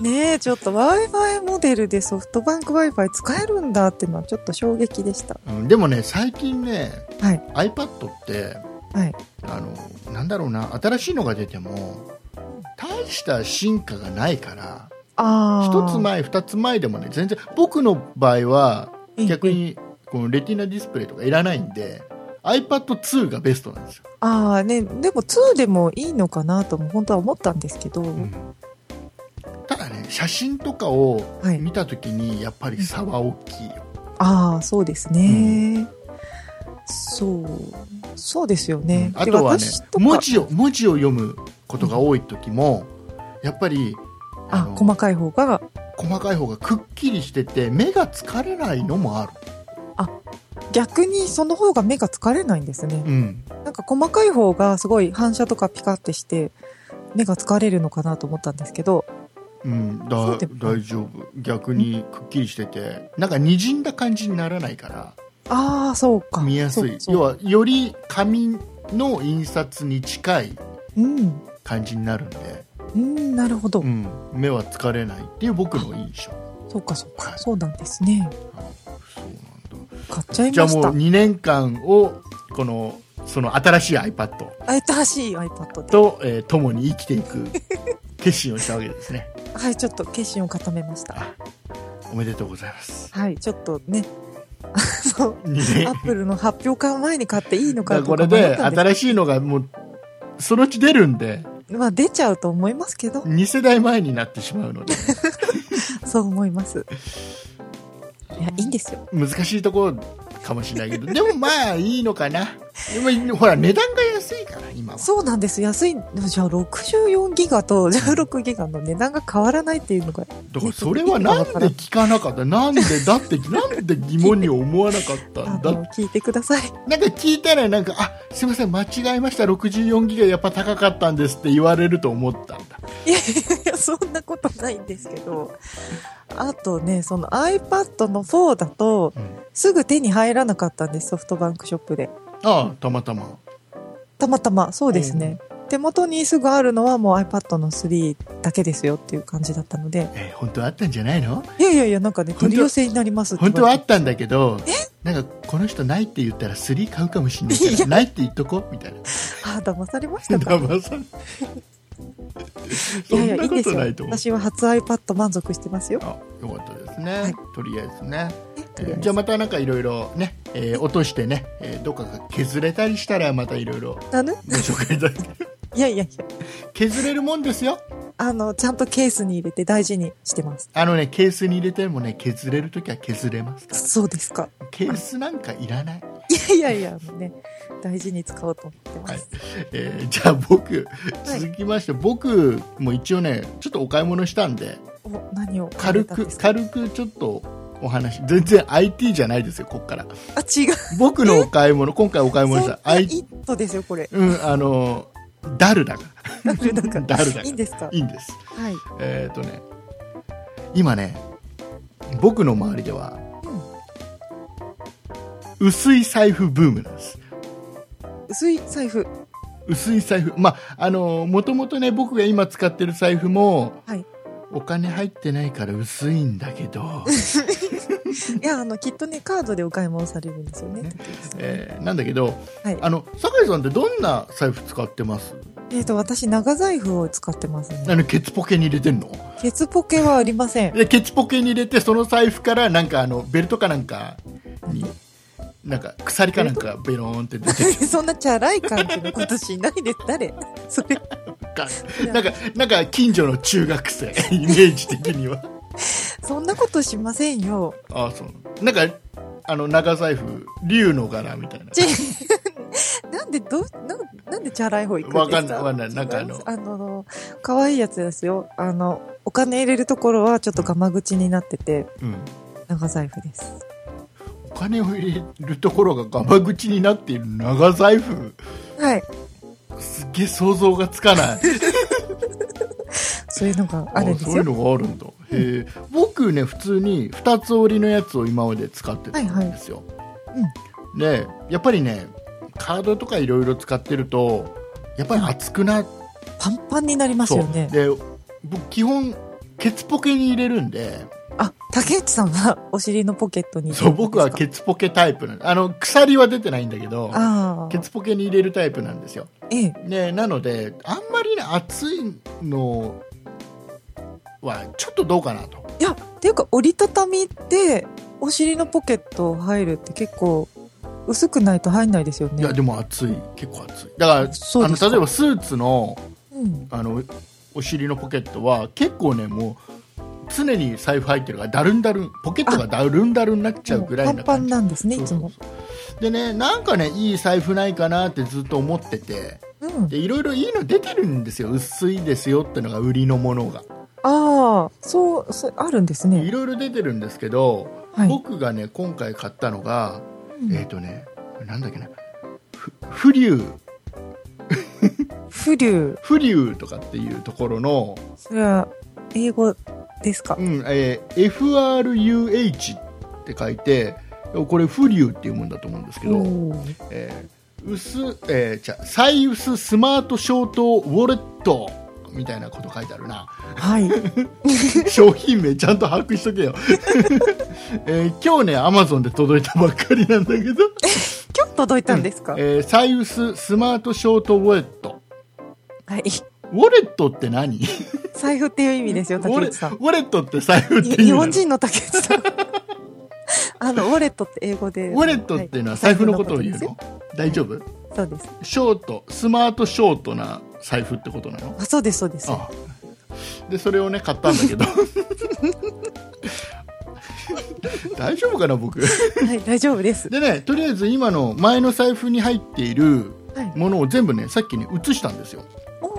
ねえちょっと w i f i モデルでソフトバンク w i f i 使えるんだっていうのはちょっと衝撃でした
うん、でもね最近ね、
は
iPad って、
はい
あのなんだろうな新しいのが出ても大した進化がないから
あ
一つ前二つ前でもね全然僕の場合は
前
逆にこのレティナディスプレイとかいらないんで iPad2 がベストなんですよ、
ああねでも2でもいいのかなとも本当は思ったんですけど、
ただね写真とかを
はい
見た時にやっぱり差は大きいよ、
ああそうですね、そうそうですよね、
あとはね
で私か
文字を文字を読むことが多い時もやっぱり
あ
の
細かい方が
細かい方がくっきりしてて目が疲れないのもある、
逆にその方が目が疲れないんですね。
うん、
なんか細かい方がすごい反射とかピカってして、目が疲れるのかなと思ったんですけど、
うん、
そ
だ
うで
大丈夫逆にくっきりしててなんかにじんだ感じにならないから
ああ、そうか。
見やすい
そうそう
要はより紙の印刷に近い
うん。
感じになるんで、
うん、なるほど。
うん、目は疲れないっていう僕の印象
そうか、そうか。
はい
そうなんですね。
そうなんだ
買っちゃい
じゃあ
ま
もう
した。
2年間をこのその新しい iPad
新しい iPad で。
と、えー共に生きてい く決心をしたわけですね
はい、ちょっと決心を固めました。
おめでとうございます
はい、ちょっとね、 そう、
2
ア
年
ップルの発表会前に買っていい
だ
の
か
からと
こ
か
れ
迷っ
で
たんです
新しいのがもうそのうち出るんで
まあ出ちゃうと思いますけど、
2世代前になってしまうので
そう思います。いや、いいんですよ。
難しいところかもしれないけど でもまあいいのかなでもほら値段が安いから今は
そうなんです。安い。でもじゃあ64ギガと16ギガの値段が変わらないっていうのが。
だからそれはなんで聞かなかったなんでだってなんで疑問に思わなかった
あ
んだ
の、聞いてください。
なんか聞いたらなんかあすいません間違えました64ギガやっぱ高かったんですって言われると思ったんだ
いやいやいや、そんなことないんですけど。あとね、その iPad の4だと
うん、
すぐ手に入らなかったんです、ソフトバンクショップで。
ああたまたま
たまたま、そうですね。手元にすぐあるのはもう iPad の3だけですよっていう感じだったので。
えー本当はあったんじゃないの
いやいやいや、なんかね、
本当は
取り寄せになりますって
本当
言わ
はあ
れて
ったんだけどなんかこの人ないって言ったら3買うかもしれないから
いや
ないって言っとこうみたいな
ああ、騙さ れましたか。
騙さん
い
そ
や
ん
いや、い
ない
ん
こ
です
と
よ
ないと。思う
私は初 iPad 満足してますよ。
あよかったですね、
はい
とりあえずね
とりあえず
じゃあまたなんかいろいろね、えー落としてね、えーどっかが削れたりしたらまたいろいろ
なぬ
ご 紹介いただいて
いやいやいや、
削れるもんですよ
あの、ちゃんとケースに入れて大事にしてます。
あのねケースに入れてもね削れるときは削れますか
そうですか。
らケースなんかいらない、
いやいやいや、あのね、大事に使おうと思ってます。
はいえーじゃあ僕続きまして、僕も一応ねちょっとお買い物したんで
お、何を買わ
軽
れたん
く
ですか
軽くちょっとお話全然 IT じゃないですよこっから
あ、違う。
僕のお買い物今回お買い物し
そん
た
な
I
イットですよ、これ。
うんあのダルだ か
ダルだから
ダルだから
いいんですから
いいんです
はい。
えっ、とね今ね僕の周りでは、薄い財布ブームなんです
薄い財布。
薄い財布まああのもともとね僕が今使ってる財布も、
はい
お金入ってないから薄いんだけ ど、
いや、あの、きっとね、カードでお買い物されるんですよね。
ね
竹内さん
えーなんだけど
はい。
あの酒井さんってどんな財布使ってます
えっ、と、私、長財布を使ってますね。
あのケツポケに入れてんの
ケツポケはありません。
でケツポケに入れてその財布からなんかあのベルトかなんかになんか鎖かなんかベローンって出 て
そんなチャラい感じのことしないで、誰それ、
かなんか、なんか近所の中学生、 イメージ的には。
そんなことしませんよ。
ああ、そう。なんか、あの、長財布、竜の柄みたいな。
ちなんでどうなんなんでチャラい方行くんですか
わかんないわかんないなんかあの
あの可愛いやつですよあのお金入れるところはちょっとガマ口になってて
うん。
長財布です
お金を入れるところがガマ口になっている長財布。
はい
すっげえ想像がつかない。
そういうのがあるんで
あ
す
そういう
よ
のがあるんだ。へえ。僕ね、普通に2つ折りのやつを今まで使ってたんですよ。
いはい
で、やっぱりね、カードとかいろいろ使ってると、やっぱり熱くなっ
パンパンになりますよね
そうで僕基本ケツポケに入れるんで
あ竹内さんはお尻のポケットに
そう僕は
ケ
ケツポケタイプなんであの鎖は出てないんだけど
あ
ケ
あ
ツポケに入れるタイプなんですよ
ええ
でなのであんまりね熱いのはちょっとどうかなと
いやっていうか折りたたみってお尻のポケット入るって結構薄くないと入んないですよね
いやでも熱い結構熱いだから
そう
あ
ですか
の例えばスーツの
うん、
あのお尻のポケットは結構ねもう常に財布入ってるからだるんだるんポケットがだるんだるんになっちゃうぐらい
パ
な感
ン
じ
パンなんですね
そ
いうつ
そう
も
そうでねなんかねいい財布ないかなってずっと思ってて
うん
でいろいろいいの出てるんですよ薄いですよってのが売りのものが
ああ、そう、そあるんです
い
ね。
ろいろ出てるんですけど、
はい。
僕がね今回買ったのが、
うん
えっ、とねなんだっけなふフリュー
フリュー、
フリューとかっていうところの、
それは英語ですか
うんえー FRUH って書いてこれフリューっていうもんだと思うんですけど、
おー
えー薄えー、じゃあ最薄スマート消灯ウォレットみたいなこと書いてある な
はい。
商品名ちゃんと把握しとけよ、 えー今日ねアマゾンで届いたばっかりなんだけ ど
今日届いたんですか、
えー、サイウススマートショートウォレット。
はい。
ウォレットって何ウ
財布っていう意味ですよ、竹
ォレウ
内さん。
ォレットって財布って意味
い日
なの
本人の竹内 さん。あの、ウォレットって英語で。
ウォレットっていうのは財布のことを言うの、大丈夫
そうです。
ショート、スマートショートな財布ってことなの
あ、そうです、そうです。
あで、それをね、買ったんだけど。大丈夫かな、僕。
はい、大丈夫です。
でね、とりあえず今の前の財布に入っている
はい。
ものを全部ね、さっきね、移したんですよ。
お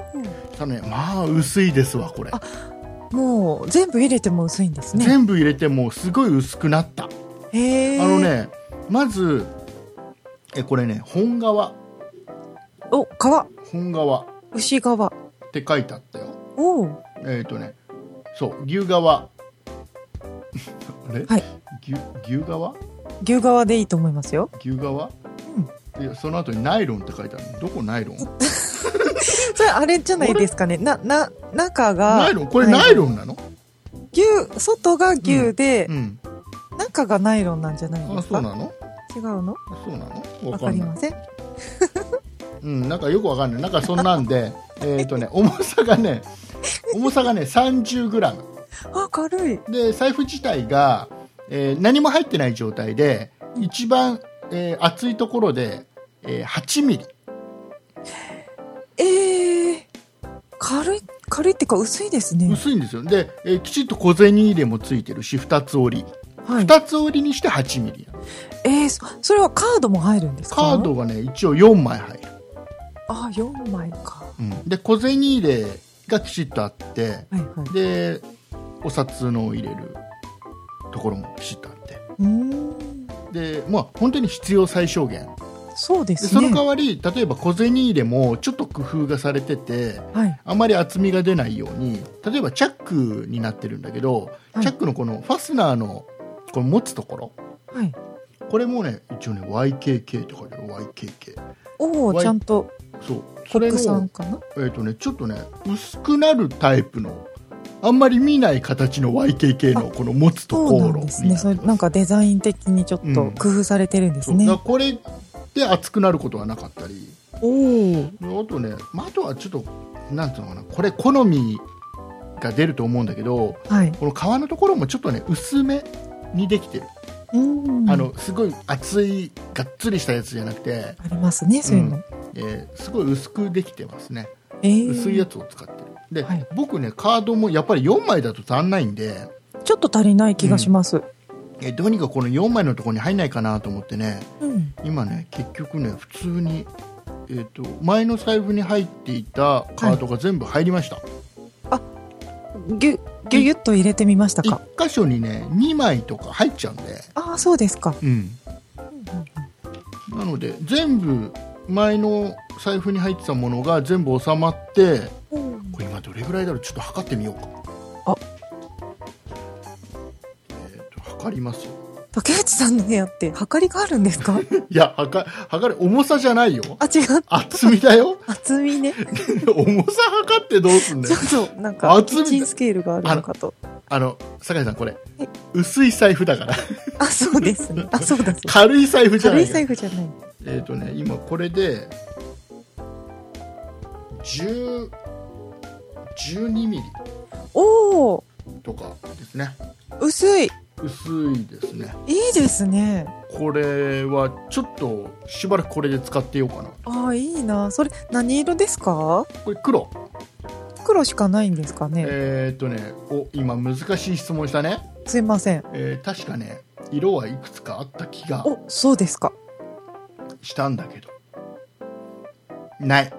ただね、まあ、薄いですわ、これ。
ーもう、全部入れても薄いんですね。
全部入れてもうすごい薄くなった。
へー
あの。ね、まず、え、これね、本革、
お、革。
本革っ
牛革。
て書いてあったよ。
おー
えっ、とね、そう、牛革。 あれ、
はい
牛牛革
牛革でいいと思いますよ。
牛革、いやその後にナイロンって書いてあるどこナイロン
それ、あれじゃないですかね。な、な、中が。
ナイロンこれナイ
ン。
ロンなの、
牛、外が牛で
う、ん。
中がナイロンなんじゃないで
あ、
す
そう
か
なの
違うの
そうなのわ
わ
か
か
ん
り
ない
ま。せん。
うん、なんかよくわかんない。なんかそんなんで、 えっとね、重さがね、重さがね、30グラム。
あ、軽い。
で財布自体が、えー何も入ってない状態で一番、えー厚いところで、えー8ミリ
ええ軽い、軽いっていうか薄いですね。
薄いんですよで、えーきちっと小銭入れもついてるし2つ折り
はい。
2つ折りにして8ミリ
えーそそれはカードも入るんですか
カードがね一応4枚入る、
あ、4枚か。
うんで小銭入れがきちっとあって
はいはい。
でお札の入れるところもきちっとあって
うーん。
でまあ本当に必要最小限
そうで
ですそ
ね。
の代わり例えば小銭入れもちょっと工夫がされてて
はい。
あまり厚みが出ないように例えばチャックになってるんだけど、
はい
チャックのこのファスナーのこの持つところ
はい。
これもね一応ね YKK って書いてある YKK
おお、
わい
ちゃんと
そうそれ
国産
の、
かな
えーとね、ちょっとね薄くなるタイプのあんまり見ない形の YKK のこの持つと
そ
こ
う
ろに
なん
なって
で
ますす
ね。それなんかデザイン的にちょっ
う
と
ん
工夫されてるんです
そうだ
ね。
からこれで厚くなることはなかったり
おお。
あとね、まあ、あとはちょっとなんつうのかなこれ好みが出ると思うんだけど
はい。
この皮のところもちょっとね薄めにできてる、
うーん。
あのすごい厚いがっつりしたやつじゃなくて、
ありますね、そういうの。
えーすごい薄くできてますね
えー
薄いやつを使ってるで、
はい
僕ねカードもやっぱり4枚だと足んないんで、
ちょっと足りない気がします。
えーどうにかこの4枚のところに入んないかなと思ってね
うん。
今ね結局ね普通に、えー、と前の財布に入っていたカードが全部入りました、
ぎゅ、ぎゅぎゅっと入れてみましたか。
1箇所にね2枚とか入っちゃうんで、
ああ、そうですか。
うん、なので全部前の財布に入ってたものが全部収まってこれ今どれぐらいだろうちょっと測ってみようか
あ
えーと測りますよ
竹内さんの部屋って、はかりがあるんで すか
いや測測る重さじゃないよ
あ、違う。
厚みだよ
厚みね。
重さ測ってどうすんだ
ちょ
よ
っと、なんか、
厚み
キッチンスケールがあるのかと。
あの酒井さんこれ
え
薄い財布だから
あ、そうですね。あ、そうだそうだ。
軽い財布じゃな
軽
い
い
よ
財布じゃない。
えっ、ー、とね、今これで、10 12ミリ
おお
とかですね。
薄い
薄いですね。
いいですね。
これはちょっとしばらくこれで使ってようかな。
ああ、いいな。それ、何色ですか
これ黒。
黒しかないんですかね。
えっ、ー、とね、お、今難しい質問したね。
すいません。
えー確かね、色はいくつかあった気が
お、そうですか。
したんだけど。ない。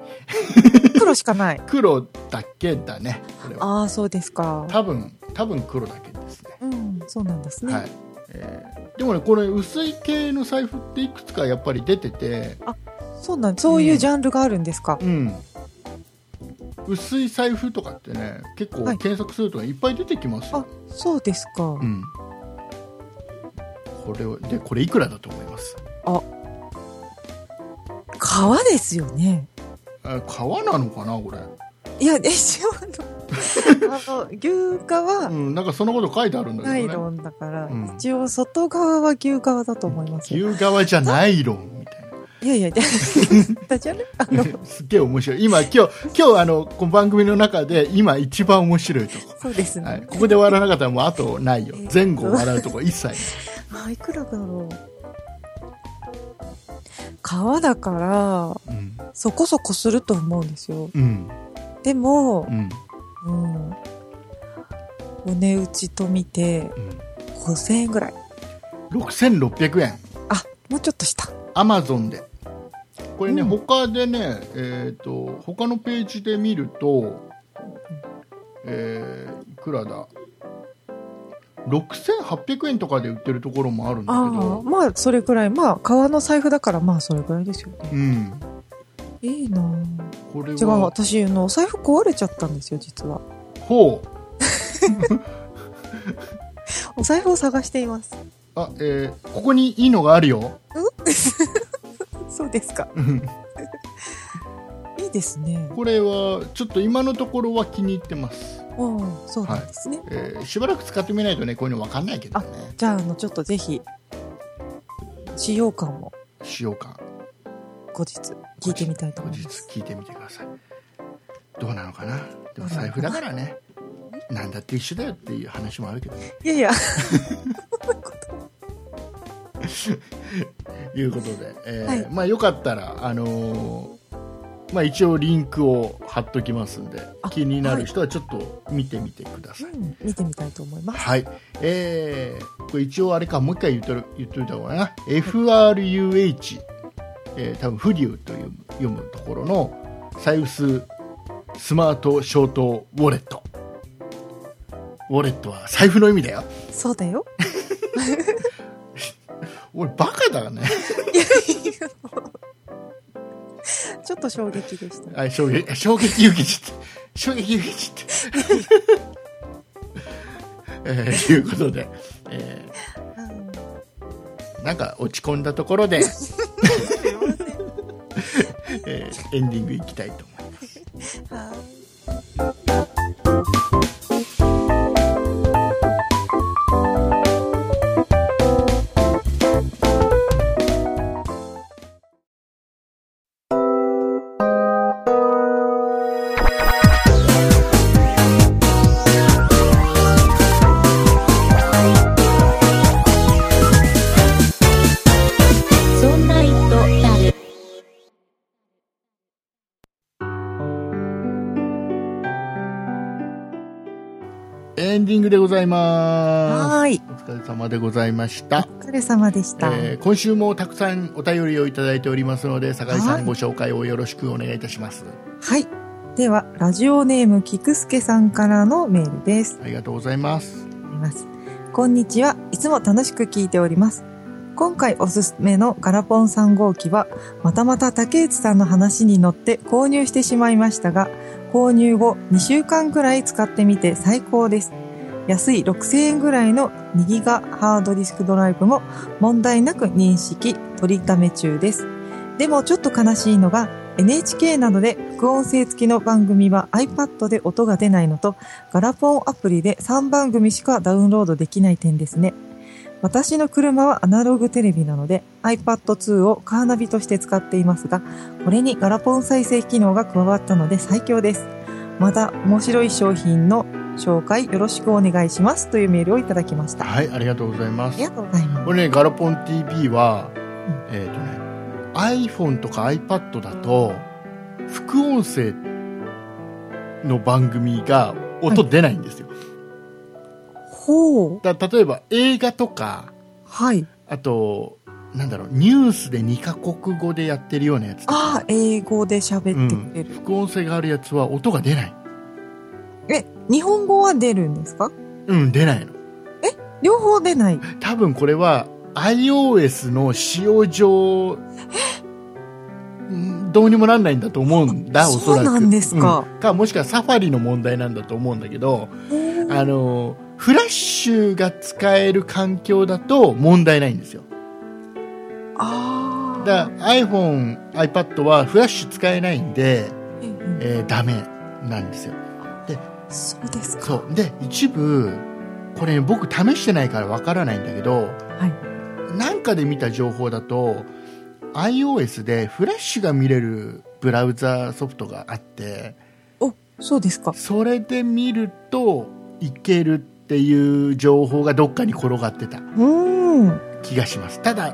黒しかない。
黒だけだねこれは
ああ、そうですか。
多分多分黒だけですね
うん、そうなんですね。
はいえーでもねこれ薄い系の財布っていくつかやっぱり出てて
そうなん、そういうジャンルがあるんですか。
うん薄い財布とかってね結構
はい
検索するとねいっぱい出てきますよ、
あ、そうですか
う。んこれをでこれいくらだと思います
革ですよね。
あ革なのかなこれ、
いや、え、違 うの。あの、牛
う
革、
ん、なんかそのこと書いてあるんだ
ナ
け
イ
ど
ロ
ね
ンだから、
うん
一応外側は牛革だと思いますよ。
牛革じゃナイロンみたい
いやいや、 でダジャレあの、
な すっげえ面白い今今日今日あのこの番組の中で今一番面白いとこ
そうですね。
はい、ここで笑わなかったらもう後ないよ
えー
前後笑うとこ一切ない
あ、いくらだろう。革だから、
うん
そこそこすると思うんですよ。
うん
でも
う、ん
うん。お値打ちと見て、5000円ぐらい。
うん6600円
あ、もうちょっとした。
アマゾンでこれね、
うん
他でねえっ、と他のページで見るとえーいくらだ6800円とかで売ってるところもあるんだ
あ
け
あ、
ど
まあ、それくらい。まあ、革の財布だから、まあ、それくらいですよね。
うん
いいなぁ
これ
違う、
は
私、あの、お財布壊れちゃったんですよ、実は。
ほう
お財布を探しています。
あえーここにいいのがあるよ
そうですか。いいですね。
これはちょっと今のところは気に入ってます、
うん、そうなんですね。
えーしばらく使ってみないとねこういうの分かんないけどね
じゃあ、あの、ちょっとぜひ、使用感を
使用感
後日聞いてみたいと
後
思い
日
ます。
聞いてみてくださいどうなのかなでも財布だからねなんだって一緒だよっていう話もあるけどね
いやいや、そんなこと
いうことで、えー
はい
まあよかったらあのーまあ一応リンクを貼っときますんで
あ
気になる人はちょっと見てみてください、
うん見てみたいと思います。
はい、えー、これ一応あれかもう一回言っとる言っといた方がいいな FRUH、えー、多分フリューという読むところの財布ススマートショートウォレットウォレットは財布の意味だよ
そうだよ。
俺バカだね
ちょっと衝撃でした。
あ衝撃 衝撃受けちって衝撃受けちって えー、ということで、え
うん
ー、なんか落ち込んだところ で、
すいません
えーエンディングいきたいと思います
はい
そんな糸だる。
エンディングでございま
はーい
す。。お疲れ様でございました。
お疲れ様でした。
えー今週もたくさんお便りをいただいておりますので、酒井さ
は
ん
い
ご紹介をよろしくお願いいたします。
はい。では、ラジオネーム、菊助さんからのメールです。
ありがとうございます。
あります。こんにちは。いつも楽しく聞いております。今回おすすめのガラポン3号機は、またまた竹内さんの話に乗って購入してしまいましたが、購入後2週間くらい使ってみて最高です。安い6000円ぐらいの2ギガハードディスクドライブも問題なく認識、取りため中です。でもちょっと悲しいのが、NHK などで副音声付きの番組は iPad で音が出ないのと、ガラポンアプリで3番組しかダウンロードできない点ですね。私の車はアナログテレビなので iPad2 をカーナビとして使っていますが、これにガラポン再生機能が加わったので最強です。また面白い商品の紹介よろしくお願いしますというメールをいただきました。あ
はい、ありがとうございます
り。がとうございます。
これね、ガラポン TV は、えっ、とね、iPhone とか iPad だと、副音声の番組が音出ないんですよ。
ほう。
だ例えば映画とか、
はい。
あと、なんだろう、ニュースで2カ国語でやってるようなやつとか
ああ、英語で喋ってくれる。
副音声があるやつは音が出ない
え、日本語は出るんですか
うん、出ないの。
両方出ない。
多分これは iOS の使用上、うんどうにもなんないんだと思うんだ、おそ
そ
らく。
うなんですか。
うんか、もしくはサファリの問題なんだと思うんだけど、あの、フラッシュが使える環境だと問題ないんですよ。
あ
だ
あ。
から iPhone、iPad はフラッシュ使えないんで、
うんうん
えーダメなんですよ。
そうですか。
そう。で、一部、これ、ね、僕試してないからわからないんだけど、なんかで見た情報だと、iOS でフラッシュが見れるブラウザーソフトがあって、
お、そうですか。
それで見るといけるっていう情報がどっかに転がってた
うーん。は
気がします。ただ、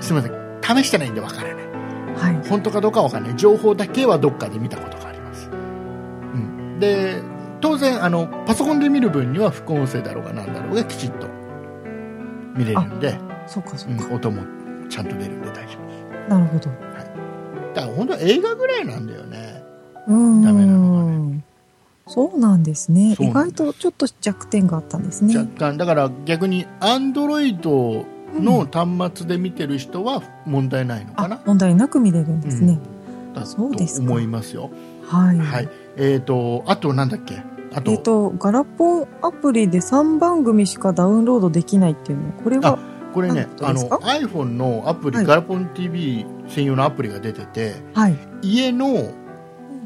すみません。試してないんでわからない。
い。
本当かどうかわからない情報だけはどっかで見たことがあります、うん、で当然あのパソコンで見る分には副音声だろうがなんだろうがきちっと見れるんで、
そうか、そううか。
ん、音もちゃんと出るんで大丈夫です
なるほど。
だから本当は映画ぐらいなんだよね
うーん。
ダメなのが
そうなんですね。
そう
意
なんで
外
す
とちょっと弱点があったんですね。
若干だから逆にアンドロイドの端末で見てる人は問題ないのか
あ
な、、
問題なく見れるんですね。
だと
そうですか
思いますよ、
はい。
はいえー、とあとなんだっけあと,、
えっと、ガラポンアプリで3番組しかダウンロードできないっていうのは、これは、
これね
あど
あ
うで
の
すか
iPhone のアプリ、
はい
ガラポン TV 専用のアプリが出てて
はい。
家の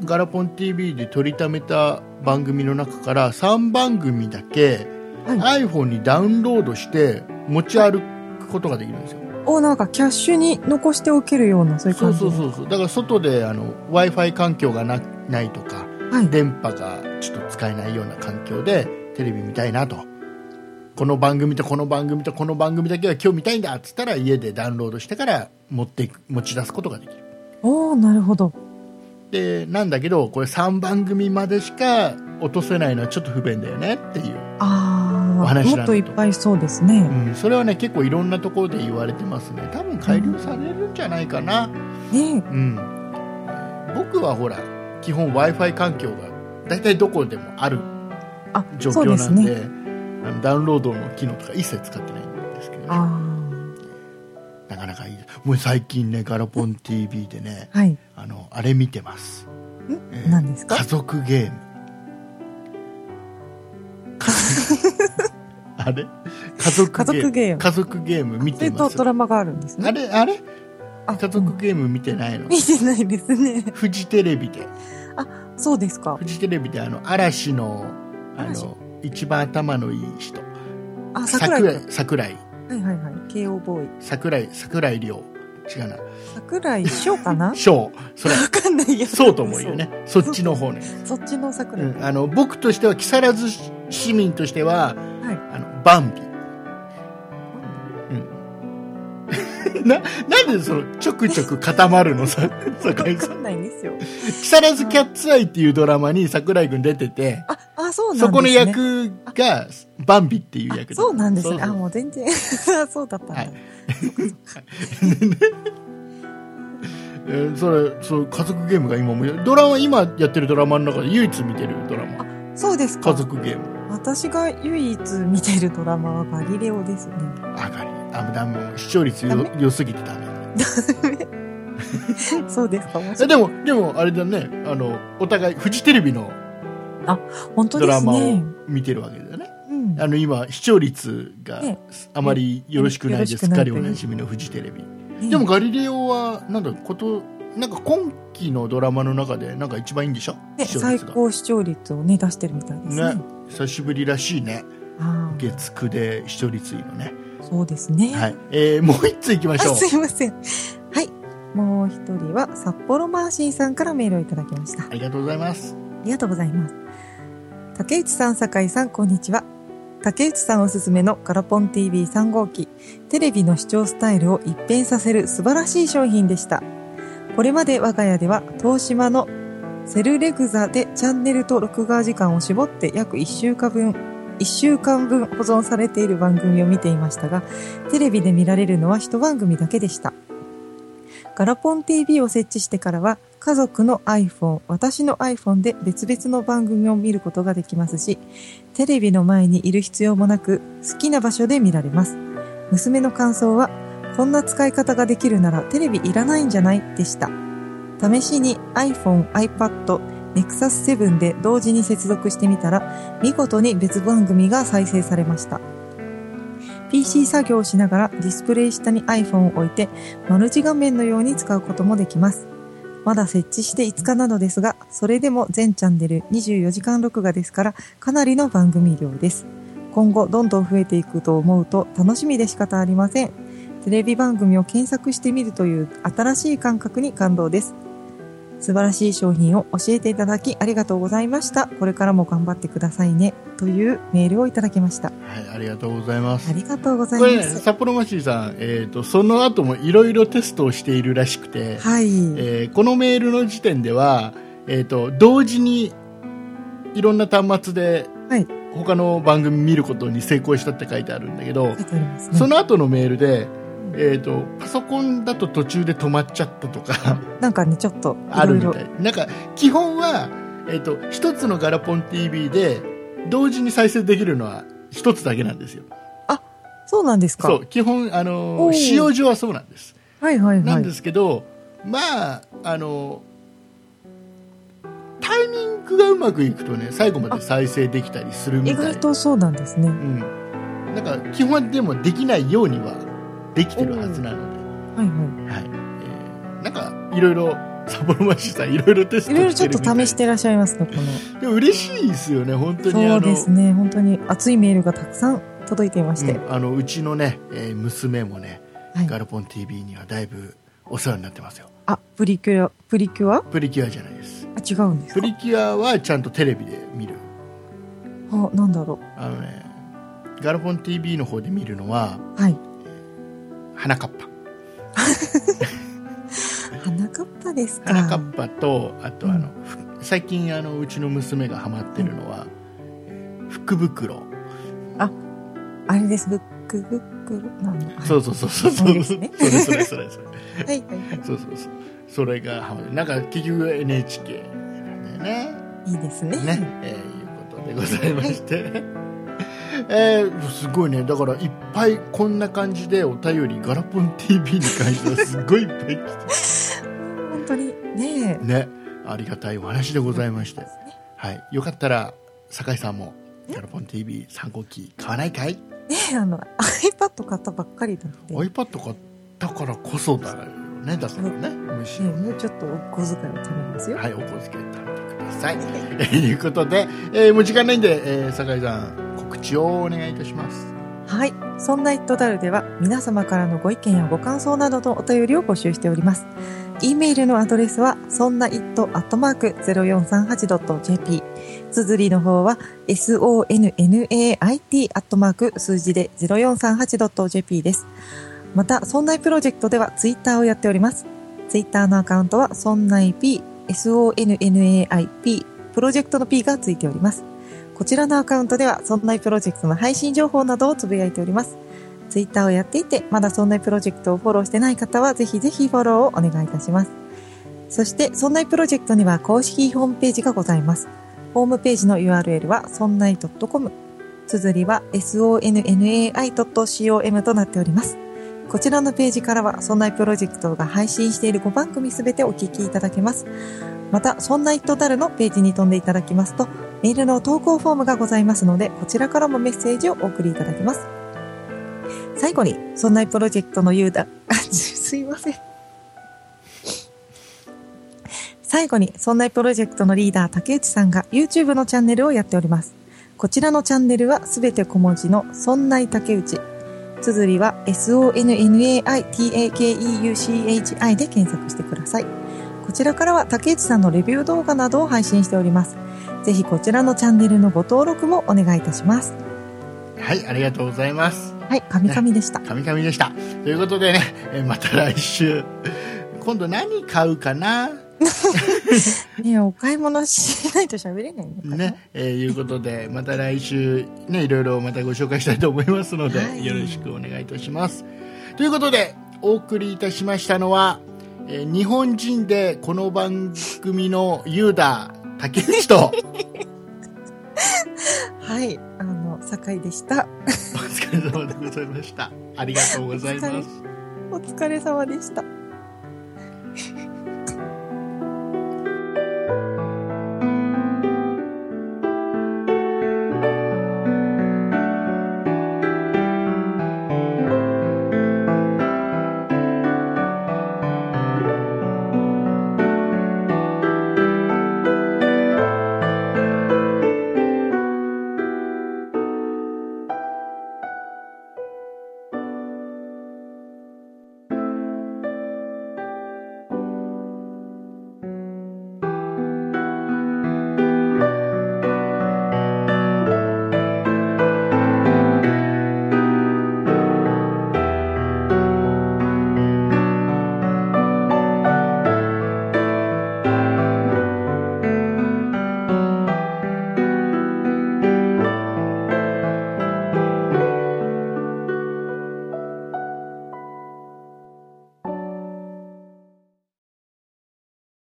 ガラポン TV で撮りためた番組の中から3番組だけ、
は
iPhone にダウンロードして持ち歩くことができるんですよ、
お、なんかキャッシュに残しておけるような、そういう
そ
感
う
じ。
そうそうそうだから外であの w i f i 環境がなないとか
はい。
電波がちょっと使えないような環境でテレビ見たいなとこの番組とこの番組とこの番組だけは今日見たいんだっつったら家でダウンロードしてから持っていく持ち出すことができる
おー、なるほど。
でなんだけどこれ3番組までしか落とせないのはちょっと不便だよねっていう、お
ああ、
話しな
も
んだ
っ
と
といっぱいそうですね。
うん、それはね結構いろんなところで言われてますね多分改良されるんじゃないかな、
ね
うん、僕はほら基本 w i f i 環境が大体どこでもある
あ、
状
そう
況
で
な
す
んで
ね。
あのダウンロードの機能とか一切使ってないんですけど、ね、
あ
なかなかいいもう最近ねガラポン TV でね
あ、はい。ん
あのあれ見てますえー
何ですか
家族ゲ ームあれ家族
家
ゲー
族
ム
ゲーム。
家族ゲーム見
そ
て
れ
ま
と
す
ドラマがあるんです
あ
ね。
れあれ
あ
家族ゲーム見てないの
うん見てないですね。
フジテレビで
そうですか
フ。ジテレビであの嵐のあ
嵐
の一番頭のいい人
あ、桜井
桜井
君
桜井
はいはいはい。慶応ボーイ。
桜井桜井亮違うな
桜井翔 かなわ
翔それ
かんないや。
そうとも言う ねそっちの方ね、
そう。そっちの桜
う
井。
ん、あの僕としては木更津市民としては、あのバンビ、うん、ななんでそのちょくちょく固まるのさ
わ
桜井さ
か
ん
んないんですよ。
木更津キャッツアイっていうドラマに桜井君出てて
あ、あ、そうなんですね。
そこの役がバンビっていう役
あそうなんです
そう
ね。
そう
あ、もう全然、 あそうだったんだ。
はいえーそれそう家族ゲームが今もやドラマ今やってるドラマの中で唯一見てるドラマ
そうですか
家。族ゲーム
私が唯一見てるドラマはガリレオですね。
あかりあダメ視聴率
ダ
よ
メ
良すぎてダメ
そうですか。面
え
白い
でもでもあれだねあのお互いフジテレビの
本当
ド
で
ラ
す
マを
ね。
見てるわけだよね
うん。
あの今視聴率が
ね
あまりよろしくないです
よろしく
っ
ない
か
と
り
いう
おなじみのフジテレビ
ね
でも、ガリレオはなんだことなんか今期のドラマの中でなんか一番いいんでしょ、
ね、
視聴率
最
が
高視聴率をね、出してるみたいですね。
ね久しぶりらしいね
あー
月9で視聴率いいのね、
そうですね。
はいえーもう一ついきま
あ
しょう
すいません。はい。もう一人は、札幌マーシーさんからメールをいただきました。
ありがとうございます
ありがとうございます。竹内さん、酒井さん、こんにちは。竹内さんおすすめのガラポン TV3 号機、テレビの視聴スタイルを一変させる素晴らしい商品でした。これまで我が家では東芝のセルレグザでチャンネルと録画時間を絞って約1週間分、1週間分保存されている番組を見ていましたが、テレビで見られるのは一番組だけでした。ガラポン TV を設置してからは、家族の iPhone、私の iPhone で別々の番組を見ることができますし、テレビの前にいる必要もなく、好きな場所で見られます。娘の感想は、こんな使い方ができるならテレビいらないんじゃないでした。試しに iPhone、iPad、Nexus 7で同時に接続してみたら、見事に別番組が再生されました。PC 作業をしながらディスプレイ下に iPhone を置いて、マルチ画面のように使うこともできます。まだ設置して5日なのですが、それでも全チャンネル24時間録画ですから、かなりの番組量です。今後どんどん増えていくと思うと楽しみで仕方ありません。テレビ番組を検索してみるという新しい感覚に感動です。素晴らしい商品を教えていただきありがとうございました。これからも頑張ってくださいね。というメールをいただきました。
はい、ありがとうございます
あ。りがとうござい
これ、
ま
ね、
す。
札幌マシーさん、えー、とその後もいろいろテストをしているらしくて、
はい。
えーこのメールの時点では、えー、と同時にいろんな端末で
はい
他の番組見ることに成功したって書いてあるんだけど、
書いてありますね
その後のメールで、えー、とパソコンだと途中で止まっちゃったと か
なんかね、ちょっと
あ
いろ
る
い
み
ろ
たいなんか基本は、えー、と一つのガラポン TV で同時に再生できるのは一つだけなんですよ
そうなんですか。
そう基本あの
おー
使用上はそうなんです
はいはい
な
は
ん
い
で。すけど、まああのタイミングがうまくいくとね最後まで再生できたりするみた
意
い
外とそうなんですね
う。ん、なんか基本はでもできないようにはできてるはずなの
はいは
で、はいえーなんかいろいろサボロマシさんいろいろテス
い。
ト
いろいろちょっと
みたい
試してらっしゃいますね、この。
でも嬉しいですよね本当に
そ
あの
うですね。本当に熱いメールがたくさん届いていまして。
うんあのうちのね、えー娘もね、
はい
ガルポン TV にはだいぶお世話になってますよ
あ、プリキュア、プリキュアあ、
プリキュアじゃないです
違うんです
プ
か
リキュアはちゃんとテレビで見る
あ、なんだろ
あのねガラポン TV の方で見るのは
う。はい。
花かっぱ
花かったですか。
花かっぱとあと
うん
あの、ふ最近あのうちの娘がハマってるのは、えー福袋
あれです。ブックブックなんだ。はい
そうそうそうそうそ
そ
う
うで
そ
す
う、
ね
それそれそれそれ
はいはいは
そうそうそうそれがハマるなんか結局 NHK なんだよね
い。いいですね。
ね、えーいうことでございまして、 えーすごいねだからいっぱいこんな感じでお便りガラポン TV に関してはすごいいっぱい来て
本当にね
ね、ありがたいお話でございまして、はい、よかったら酒井さんも「キャラポン TV」参考機買わないかい
ねあの iPad 買ったばっかりなので、ね
iPad 買ったからこそだよねだからねむしろ
もうちょっとお小遣いを貯めますよ。
はいお小遣い食べてください ということで、えーもう時間ないんで、えー酒井さん告知をお願いいたします
はい。そんなイットダルでは皆様からのご意見やご感想などのお便りを募集しております。e メールのアドレスは、そんな it アットマーク 0438.jp。綴りの方は、sonnait アットマーク数字で 0438.jp です。また、そんないプロジェクトではツイッターをやっております。ツイッターのアカウントは、そんない p、sonnaip、プロジェクトの p がついております。こちらのアカウントでは、そんないプロジェクトの配信情報などをつぶやいております。ツイッターをやっていて、まだそんないプロジェクトをフォローしてない方は、ぜひぜひフォローをお願いいたします。そして、そんないプロジェクトには公式ホームページがございます。ホームページの URL は、そんない .com。綴りは、sonnai.com となっております。こちらのページからは、そんないプロジェクトが配信している5番組すべてお聞きいただけます。また、そんないトタルのページに飛んでいただきますと、メールの投稿フォームがございますので、こちらからもメッセージをお送りいただけます。最後に、そんなプロジェクトのユーザー、あす すいません。最後に、そんなプロジェクトのリーダー、竹内さんが YouTube のチャンネルをやっております。こちらのチャンネルはすべて小文字の、そんな竹内。綴りは、sonnaitakeuchi で検索してください。こちらからは竹内さんのレビュー動画などを配信しております。ぜひこちらのチャンネルのご登録もお願いいたします。
はいありがとうございます
はい、神々でした。
カミカミでしたということでね、えーまた来週今度何買うかな
ねえお買い物しないと喋れないのかな。
ね、えーいうことで、また来週、ね、いろいろまたご紹介したいと思いますので、
はい
よろしくお願いいたします。ということで、お送りいたしましたのは、えー日本人でこの番組のユーダ竹内と
はい、あの、酒井でした。
お疲れ様でございましたありがとうございます
お疲れ様でした。